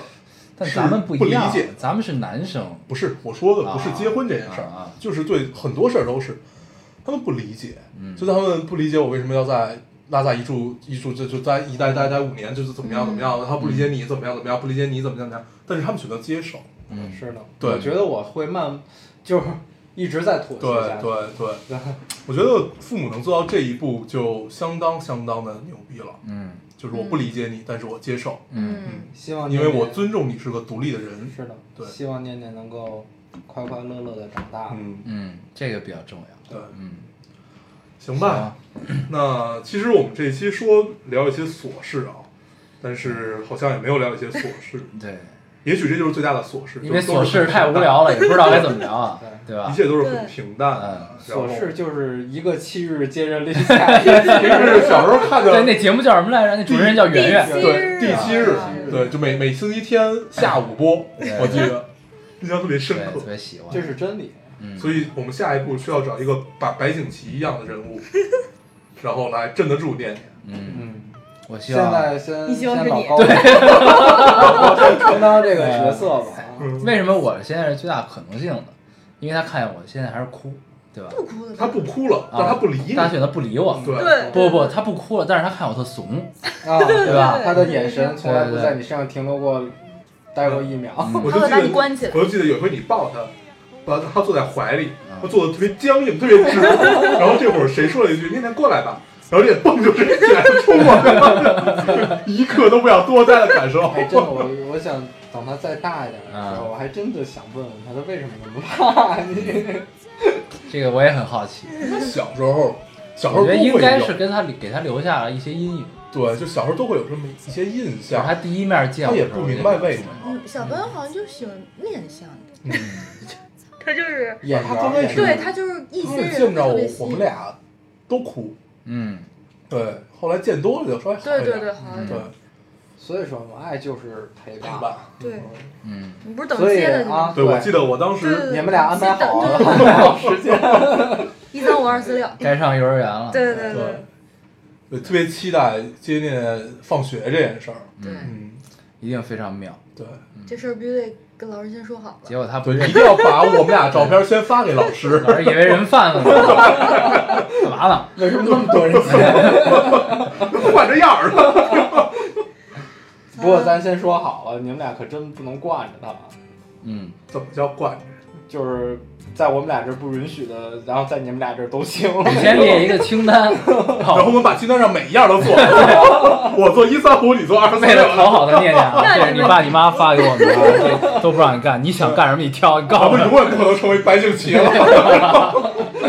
[SPEAKER 1] 但
[SPEAKER 2] 是
[SPEAKER 1] 咱们不
[SPEAKER 2] 不
[SPEAKER 1] 一
[SPEAKER 2] 理
[SPEAKER 1] 样
[SPEAKER 2] 解，
[SPEAKER 1] 咱们是男生，
[SPEAKER 2] 不是我说的，不是
[SPEAKER 1] 啊
[SPEAKER 2] 结婚这件事儿
[SPEAKER 1] 啊啊，
[SPEAKER 2] 就是对很多事儿都是，他们不理解，
[SPEAKER 1] 嗯
[SPEAKER 2] 就他们不理解我为什么要在拉萨一住一住，就就在一待待待五年，就是怎么样怎么样，他不理解你怎么样怎么样，不理解你怎么样怎么样，但是他们选择接受，
[SPEAKER 1] 嗯，
[SPEAKER 3] 是的，
[SPEAKER 2] 对
[SPEAKER 3] 我觉得我会慢，就是一直在妥
[SPEAKER 2] 对
[SPEAKER 3] 协下去。
[SPEAKER 2] 对对，
[SPEAKER 3] 对，
[SPEAKER 2] 我觉得父母能做到这一步就相当相当的牛逼了，
[SPEAKER 1] 嗯
[SPEAKER 2] 就是我不理解你，但是我接受，
[SPEAKER 1] 嗯，
[SPEAKER 3] 希望
[SPEAKER 2] 因为
[SPEAKER 3] 念念
[SPEAKER 2] 我尊重你是个独立的人，
[SPEAKER 3] 是的，
[SPEAKER 2] 对
[SPEAKER 3] 希望念念能够快快乐乐的长大。
[SPEAKER 2] 嗯，
[SPEAKER 1] 嗯，这个比较重要。
[SPEAKER 2] 对，
[SPEAKER 1] 嗯，
[SPEAKER 2] 行啊吧。那其实我们这一期说聊一些琐事啊，但是好像也没有聊一些琐事，
[SPEAKER 1] 对，
[SPEAKER 2] 也许这就是最大的琐事，
[SPEAKER 1] 因为
[SPEAKER 2] 就是都
[SPEAKER 1] 琐
[SPEAKER 2] 是
[SPEAKER 1] 事太无聊了，也不知道该 怎么嗯聊啊，对
[SPEAKER 2] 一
[SPEAKER 1] 吧？
[SPEAKER 2] 切都是很平淡的。然后
[SPEAKER 3] 琐事就是一个七日接着 立夏，一个七
[SPEAKER 2] 就
[SPEAKER 3] 日
[SPEAKER 2] 是小时候看
[SPEAKER 1] 对，
[SPEAKER 2] 的，
[SPEAKER 1] 那节目叫什么来着？那主持人叫圆圆。
[SPEAKER 2] 对第
[SPEAKER 4] 第
[SPEAKER 2] 七
[SPEAKER 4] 七
[SPEAKER 2] 日
[SPEAKER 4] 日，
[SPEAKER 2] 对，就每每星期天下午播，
[SPEAKER 1] 对
[SPEAKER 2] 我记得印象特别深
[SPEAKER 1] 对，
[SPEAKER 2] 刻
[SPEAKER 1] 特。别喜欢。
[SPEAKER 3] 这是真理。
[SPEAKER 1] 嗯，
[SPEAKER 2] 所以我们下一步需要找一个把白景琦一样的人物，然后来镇得住念念。
[SPEAKER 1] 嗯，
[SPEAKER 3] 嗯，
[SPEAKER 1] 我希
[SPEAKER 3] 现
[SPEAKER 1] 望
[SPEAKER 3] 在先
[SPEAKER 4] 你希望是
[SPEAKER 3] 先
[SPEAKER 4] 你
[SPEAKER 3] 老高，老高先充当这个角色吧。啊
[SPEAKER 2] 嗯
[SPEAKER 1] 为什么我现在是最大可能性的？因为他看见我现在还是哭，对吧？
[SPEAKER 4] 不哭的，
[SPEAKER 2] 他不哭了，但
[SPEAKER 1] 啊
[SPEAKER 2] 他不理你。
[SPEAKER 1] 他选择不理我。
[SPEAKER 2] 对
[SPEAKER 4] 对，
[SPEAKER 1] 不不不，他不哭了，但是他看我特 怂。
[SPEAKER 3] 啊，
[SPEAKER 1] 对吧
[SPEAKER 3] 他的眼神从来不在你身上停留过，待过一秒。
[SPEAKER 1] 嗯
[SPEAKER 2] 我就
[SPEAKER 4] 他
[SPEAKER 2] 记
[SPEAKER 4] 会把
[SPEAKER 2] 得
[SPEAKER 4] 你关起来
[SPEAKER 2] 我就记得有回你抱他，把他坐在怀里
[SPEAKER 1] 啊，
[SPEAKER 2] 他坐的特别僵硬，特别直。 然后这会儿谁说了一句“念念过来吧”，然后这蹦就是起来冲过来了，一刻都不想多待的感受。
[SPEAKER 3] 哎，真的，我我想等他再大一点的时
[SPEAKER 1] 啊
[SPEAKER 2] 嗯
[SPEAKER 3] 候，我还真的想问问他，他为什么那么怕你？
[SPEAKER 1] 这个我也很好奇，
[SPEAKER 2] 小时候，小时
[SPEAKER 1] 我
[SPEAKER 2] 候
[SPEAKER 1] 觉
[SPEAKER 2] 都
[SPEAKER 1] 得
[SPEAKER 2] 会
[SPEAKER 1] 应
[SPEAKER 2] 有，
[SPEAKER 1] 该是跟他给他留下了一些阴影，
[SPEAKER 2] 对，就小时候都会有这么一些印
[SPEAKER 1] 就是
[SPEAKER 2] 象。
[SPEAKER 1] 他第一面见
[SPEAKER 2] 啊他
[SPEAKER 1] 我
[SPEAKER 2] 也
[SPEAKER 1] 的时候
[SPEAKER 2] 不明白为什
[SPEAKER 1] 我就
[SPEAKER 2] 么，
[SPEAKER 4] 嗯，小朋友好像就喜欢面相，
[SPEAKER 2] 嗯
[SPEAKER 4] 他就是
[SPEAKER 3] 眼
[SPEAKER 2] 他刚开
[SPEAKER 3] 神，
[SPEAKER 2] 始
[SPEAKER 3] 啊
[SPEAKER 4] 对他就是一
[SPEAKER 2] 他
[SPEAKER 4] 些
[SPEAKER 2] 每
[SPEAKER 4] 人
[SPEAKER 2] 次见不着
[SPEAKER 4] 特
[SPEAKER 2] 我
[SPEAKER 4] 别，吸
[SPEAKER 2] 我
[SPEAKER 4] 引
[SPEAKER 2] 们俩都哭。
[SPEAKER 1] 嗯，
[SPEAKER 2] 对，后来见多了就稍微哎好
[SPEAKER 4] 对
[SPEAKER 2] 一
[SPEAKER 4] 对
[SPEAKER 2] 点。
[SPEAKER 4] 对，好像
[SPEAKER 1] 嗯
[SPEAKER 4] 是
[SPEAKER 2] 对，
[SPEAKER 3] 所以说嘛，爱就是陪
[SPEAKER 2] 是
[SPEAKER 3] 伴。
[SPEAKER 2] 吧？
[SPEAKER 4] 对，
[SPEAKER 1] 嗯
[SPEAKER 4] 你不是等
[SPEAKER 3] 所以
[SPEAKER 4] 接的去
[SPEAKER 3] 啊
[SPEAKER 4] 吗？
[SPEAKER 2] 对，我记得我当
[SPEAKER 4] 对对
[SPEAKER 2] 时
[SPEAKER 4] 对，
[SPEAKER 3] 你们俩安排好
[SPEAKER 4] 对
[SPEAKER 3] 了，
[SPEAKER 4] 对对
[SPEAKER 3] 安排好 时间。
[SPEAKER 4] 一三五二四六，
[SPEAKER 1] 该上幼儿园了。
[SPEAKER 4] 对对
[SPEAKER 2] 对
[SPEAKER 4] 对，
[SPEAKER 2] 对特别期待接念放学这件事儿。
[SPEAKER 4] 对，
[SPEAKER 2] 嗯，
[SPEAKER 1] 一定非常妙。
[SPEAKER 2] 对，
[SPEAKER 4] 这事儿必须得跟老师先说好
[SPEAKER 1] 结
[SPEAKER 4] 了。
[SPEAKER 1] 果他不
[SPEAKER 2] 对，
[SPEAKER 1] 认
[SPEAKER 2] 一
[SPEAKER 1] 识，
[SPEAKER 2] 定要把我们俩照片先发给老 师。
[SPEAKER 1] 老师以为人贩子呢，干嘛呢？
[SPEAKER 3] 为什么那么 多人见？
[SPEAKER 2] 换着样儿了。
[SPEAKER 3] 不过咱先说好了，你们俩可真不能惯着他，
[SPEAKER 1] 嗯，
[SPEAKER 2] 怎么叫惯着？
[SPEAKER 3] 就是在我们俩这儿不允许的，然后在你们俩这儿都行。
[SPEAKER 1] 你先列一个清单，然
[SPEAKER 2] 然后我
[SPEAKER 1] 后
[SPEAKER 2] 们把清单上每一样都做， 我做一三五，你做二四
[SPEAKER 1] 为了
[SPEAKER 2] 六。
[SPEAKER 1] 讨好他念念啊，这是你爸你妈发给我们的啊，这都不让你干，你想干什么你挑，你
[SPEAKER 2] 咱
[SPEAKER 1] 告诉
[SPEAKER 2] 们
[SPEAKER 1] 我
[SPEAKER 2] 永。远不可能成为白敬琦了，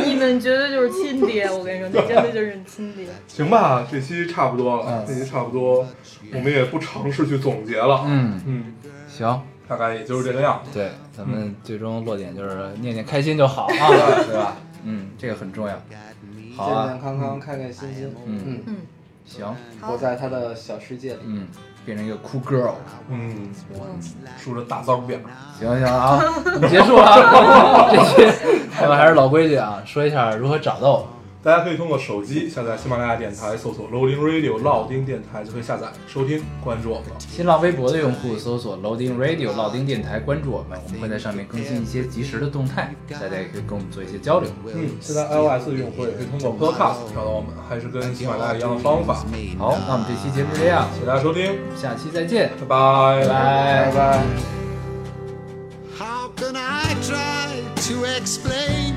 [SPEAKER 4] 你们绝对就是亲爹，我跟你说，你真的就是你亲爹。
[SPEAKER 2] 行吧？这期差不多了
[SPEAKER 1] 嗯，
[SPEAKER 2] 这期差不多，我们也不尝试去总结了，
[SPEAKER 1] 嗯，
[SPEAKER 2] 嗯，
[SPEAKER 1] 行，
[SPEAKER 2] 大概也就是这个样子。
[SPEAKER 1] 对，咱们最终落点就是念念开心就好啊，嗯对吧？嗯，这个很重要。好
[SPEAKER 3] 健健
[SPEAKER 1] 啊，
[SPEAKER 3] 康康，开开心心，
[SPEAKER 1] 嗯
[SPEAKER 3] 嗯，
[SPEAKER 4] 嗯，
[SPEAKER 1] 行，
[SPEAKER 4] 好
[SPEAKER 3] 活，在他的小世界里。
[SPEAKER 1] 嗯，变成一个酷 girl。
[SPEAKER 2] 嗯，
[SPEAKER 4] 嗯，
[SPEAKER 2] 梳着大脏辫儿，
[SPEAKER 1] 行行啊， 我们结束了啊，这期我们还是老规矩啊，说一下如何找到我们。
[SPEAKER 2] 大家可以通过手机下载喜马拉雅电台，搜索 Loading Radio 老丁电台就可以下载收听，关注我们了。
[SPEAKER 1] 新浪微博的用户搜索 Loading Radio 老丁电台，关注我们，我们会在上面更新一些及时的动态，大家也可以跟我们做一些交流。
[SPEAKER 2] 嗯，现在 iOS 用户也可以通过 Podcast 找到我们，还是跟喜马拉雅一样的方法。
[SPEAKER 1] 好，那我们这期节目就这样，
[SPEAKER 2] 谢谢大家收听，
[SPEAKER 1] 下期再见，
[SPEAKER 2] 拜拜，
[SPEAKER 1] 拜拜。
[SPEAKER 5] How can I try to explain?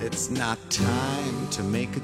[SPEAKER 5] It's not time to make a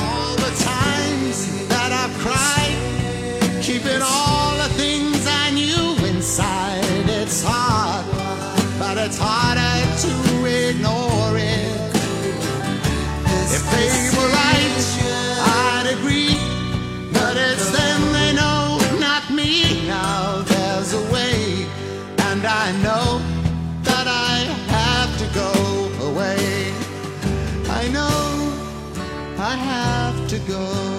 [SPEAKER 5] all the times that I've cried, keeping all the things I knew inside. It's hard, but it's harder to ignore it. If they were right, I'd agree, but it's them they know, not me. Now there's a way, and I know that I have to go away. I know. I have to go.